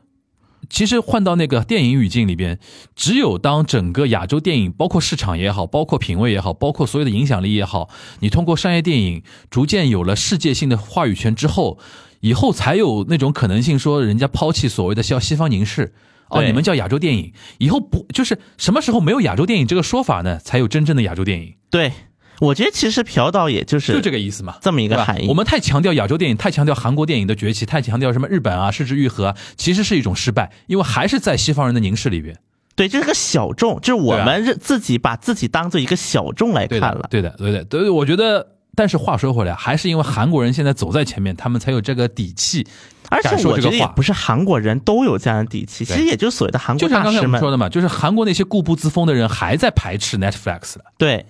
Speaker 4: 其实换到那个电影语境里边，只有当整个亚洲电影，包括市场也好，包括品味也好，包括所有的影响力也好，你通过商业电影逐渐有了世界性的话语权之后，以后才有那种可能性，说人家抛弃所谓的叫西方凝视。哦，
Speaker 5: 对
Speaker 4: 你们叫亚洲电影，以后不就是什么时候没有亚洲电影这个说法呢？才有真正的亚洲电影，
Speaker 5: 对。我觉得其实朴导也就是
Speaker 4: 就这个意思嘛。
Speaker 5: 这么一
Speaker 4: 对
Speaker 5: 个
Speaker 4: 吧
Speaker 5: 含义。
Speaker 4: 我们太强调亚洲电影，太强调韩国电影的崛起，太强调什么日本啊，失之愈合啊，其实是一种失败，因为还是在西方人的凝视里边。
Speaker 5: 对，这是个小众，就是我
Speaker 4: 对啊
Speaker 5: 们是自己把自己当做一个小众来
Speaker 4: 对
Speaker 5: 看
Speaker 4: 的
Speaker 5: 了，。
Speaker 4: 对的，对的，对的。我觉得，但是话说回来，还是因为韩国人现在走在前面，他们才有这个底气。
Speaker 5: 而且
Speaker 4: 敢说
Speaker 5: 我
Speaker 4: 这
Speaker 5: 觉
Speaker 4: 个
Speaker 5: 得也
Speaker 4: 话
Speaker 5: 不是韩国人都有这样的底气，其
Speaker 4: 对
Speaker 5: 实也就是所谓的韩
Speaker 4: 就
Speaker 5: 国
Speaker 4: 像
Speaker 5: 大
Speaker 4: 刚才
Speaker 5: 师
Speaker 4: 我们
Speaker 5: 们
Speaker 4: 说。的嘛，就是韩国那些固步自封的人还在排斥 Netflix 的。
Speaker 5: 对，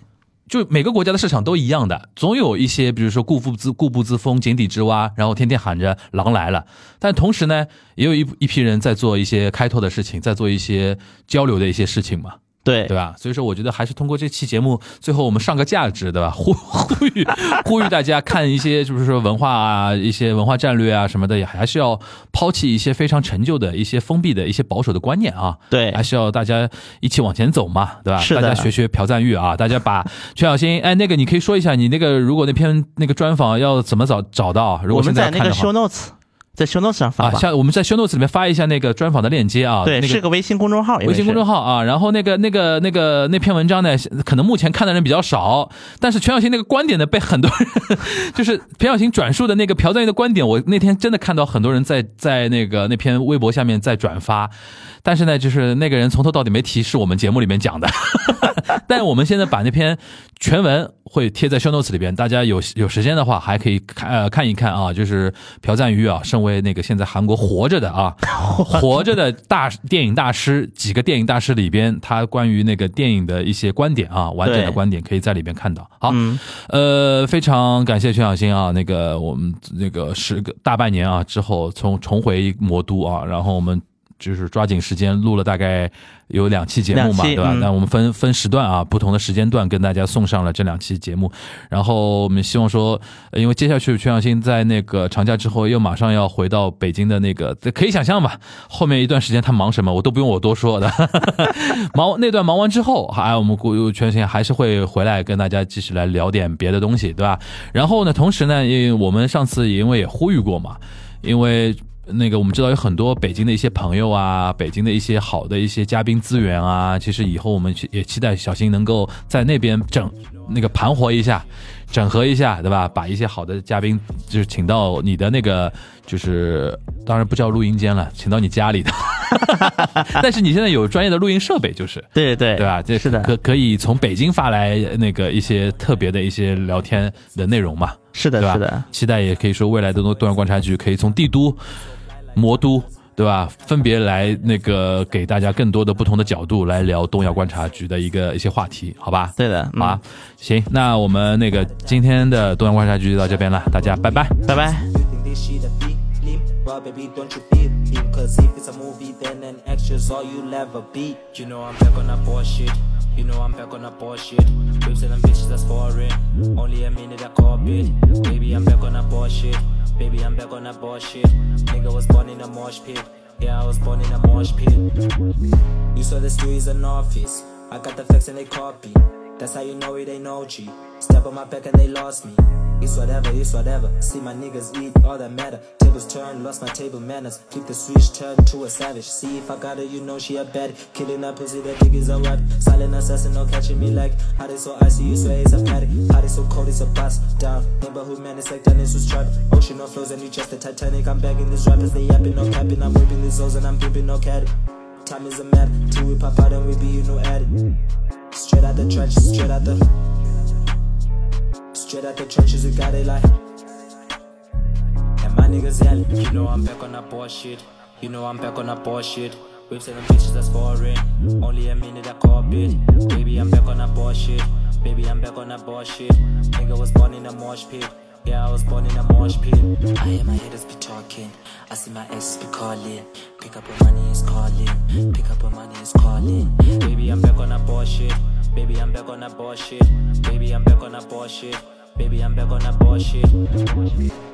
Speaker 4: 就每个国家的市场都一样的，总有一些，比如说固步自固步自封、井底之蛙，然后天天喊着“狼来了”，但同时呢，也有一一批人在做一些开拓的事情，在做一些交流的一些事情嘛，
Speaker 5: 对
Speaker 4: 对吧？所以说，我觉得还是通过这期节目，最后我们上个价值，对吧？呼呼吁呼吁大家看一些，就是说文化啊、一些文化战略啊什么的，也还是要抛弃一些非常陈旧的、一些封闭的、一些保守的观念啊。
Speaker 5: 对
Speaker 4: 还是要大家一起往前走嘛，对吧？
Speaker 5: 哎是的
Speaker 4: 大家学学朴赞玉啊，大家 把全小新，哎，那个你可以说一下，你那个如果那篇那个专访要怎么找找到？啊如
Speaker 5: 我
Speaker 4: 果
Speaker 5: 们
Speaker 4: 现
Speaker 5: 在
Speaker 4: 要
Speaker 5: 那
Speaker 4: 看
Speaker 5: 个
Speaker 4: 的
Speaker 5: show
Speaker 4: 话。
Speaker 5: notes，在 show notes 上发
Speaker 4: 啊，
Speaker 5: 吧。
Speaker 4: 像我们在 show notes 里面发一下那个专访的链接啊，
Speaker 5: 对，
Speaker 4: 那
Speaker 5: 是
Speaker 4: 个
Speaker 5: 个微信公众号，因为
Speaker 4: 微信公众
Speaker 5: 是
Speaker 4: 号啊，然后那个那个那个那篇文章呢，可能目前看的人比较少，但是全小新那个观点呢，被很多人 就是全小新转述的那个朴赞玉的观点，我那天真的看到很多人在在那个那篇微博下面在转发，但是呢，就是那个人从头到底没提是我们节目里面讲 的，但我们现在把那篇全文会贴在 show notes 里边，大家有有时间的话还可以看呃看一看啊，就是朴赞玉啊，身为那个现在韩国活着的 啊活着的大电影大师，几个电影大师里边，他关于那个电影的一些观点啊，完整的
Speaker 5: 对
Speaker 4: 观点可以在里边看到。好，
Speaker 5: 嗯，
Speaker 4: 呃，非常感谢全小新啊，那个我们那个十个大半年啊之后重重回魔都啊，然后我们。就是抓紧时间录了大概有两期节目嘛，
Speaker 5: 两期
Speaker 4: 对吧？
Speaker 5: 嗯
Speaker 4: 那我们分分时段啊，不同的时间段跟大家送上了这两期节目。然后我们希望说，呃因为接下去全小新在那个长假之后又马上要回到北京的那个，可以想象吧，后面一段时间他忙什么，我都不用我多说的。忙那段忙完之后，哎，我们估全新还是会回来跟大家继续来聊点别的东西，对吧？然后呢，同时呢，因为我们上次因为也呼吁过嘛，因为。那个我们知道有很多北京的一些朋友啊，北京的一些好的一些嘉宾资源啊，其实以后我们去也期待小新能够在那边整那个盘活一下，整合一下，对吧？把一些好的嘉宾就是请到你的那个就是当然不叫录音间了，请到你家里的， 但是你现在有专业的录音设备，就是
Speaker 5: 对对
Speaker 4: 对吧？这
Speaker 5: 是的，
Speaker 4: 可可以从北京发来那个一些特别的一些聊天的内容嘛，
Speaker 5: 是的，
Speaker 4: 对吧？
Speaker 5: 是的，
Speaker 4: 期待也可以说未来的东东亚观察局可以从帝都、魔都。对吧？分别来那个给大家更多的不同的角度来聊东亚观察局的一个一些话题，好吧？
Speaker 5: 对的。
Speaker 4: 好
Speaker 5: 嗯
Speaker 4: 啊，，行，那我们那个今天的东亚观察局就到这边了，大家拜拜。
Speaker 5: 拜拜。
Speaker 6: Think this shit a feeling? Well, baby, don't you feel peep. Cause if it's a movie, then an extra's all you'll ever be. You know I'm back on that bullshit. You know I'm back on that bullshit. Whips and them bitches that's foreign. Only a minute I call it. Baby, I'm back on that bullshit. Baby, I'm back on that bullshit. Nigga was born in a marsh pit. Yeah, I was born in a marsh pit. You saw the stories in office. I got the facts and they copy. That's how you know it ain't no G. Step on my back and they lost me. It's whatever, it's whatever. See my niggas eat all that matter. Tables turn, lost my table manners. Flip the switch, turn to a savage. See if I got her, you know she a bad. Killing that pussy, that niggas a wife. Silent assassin, no catching me like. Hot is so icy, you swear it's a patty. Hot is so cold, it's a bust down. Neighborhood man, it's like Dennis was trapped. Ocean of flows, and you just the Titanic. I'm bagging these rappers, they yapping, no capping. I'm whipping these hoes, and I'm pimping, no caddy. Time is a matter. Till we pop out and we be, you know, at it. Straight out the trenches, straight out the. Straight out the trenches, we got it like. And my niggas yelling. You know I'm back on that bullshit. You know I'm back on that bullshit. Whips and them bitches that's foreign. Only a minute I call it. Baby, I'm back on that bullshit. Baby, I'm back on that bullshit. Nigga was born in a marsh pit. Yeah, I was born in a marsh pit. I hear my haters be talking. I see my exes be calling. Pick up your money is calling. Pick up your money is calling. Baby, I'm back on that bullshit. Baby, I'm back on that bullshit. Baby, I'm back on that bullshit. Baby, I'm back on that bullshit.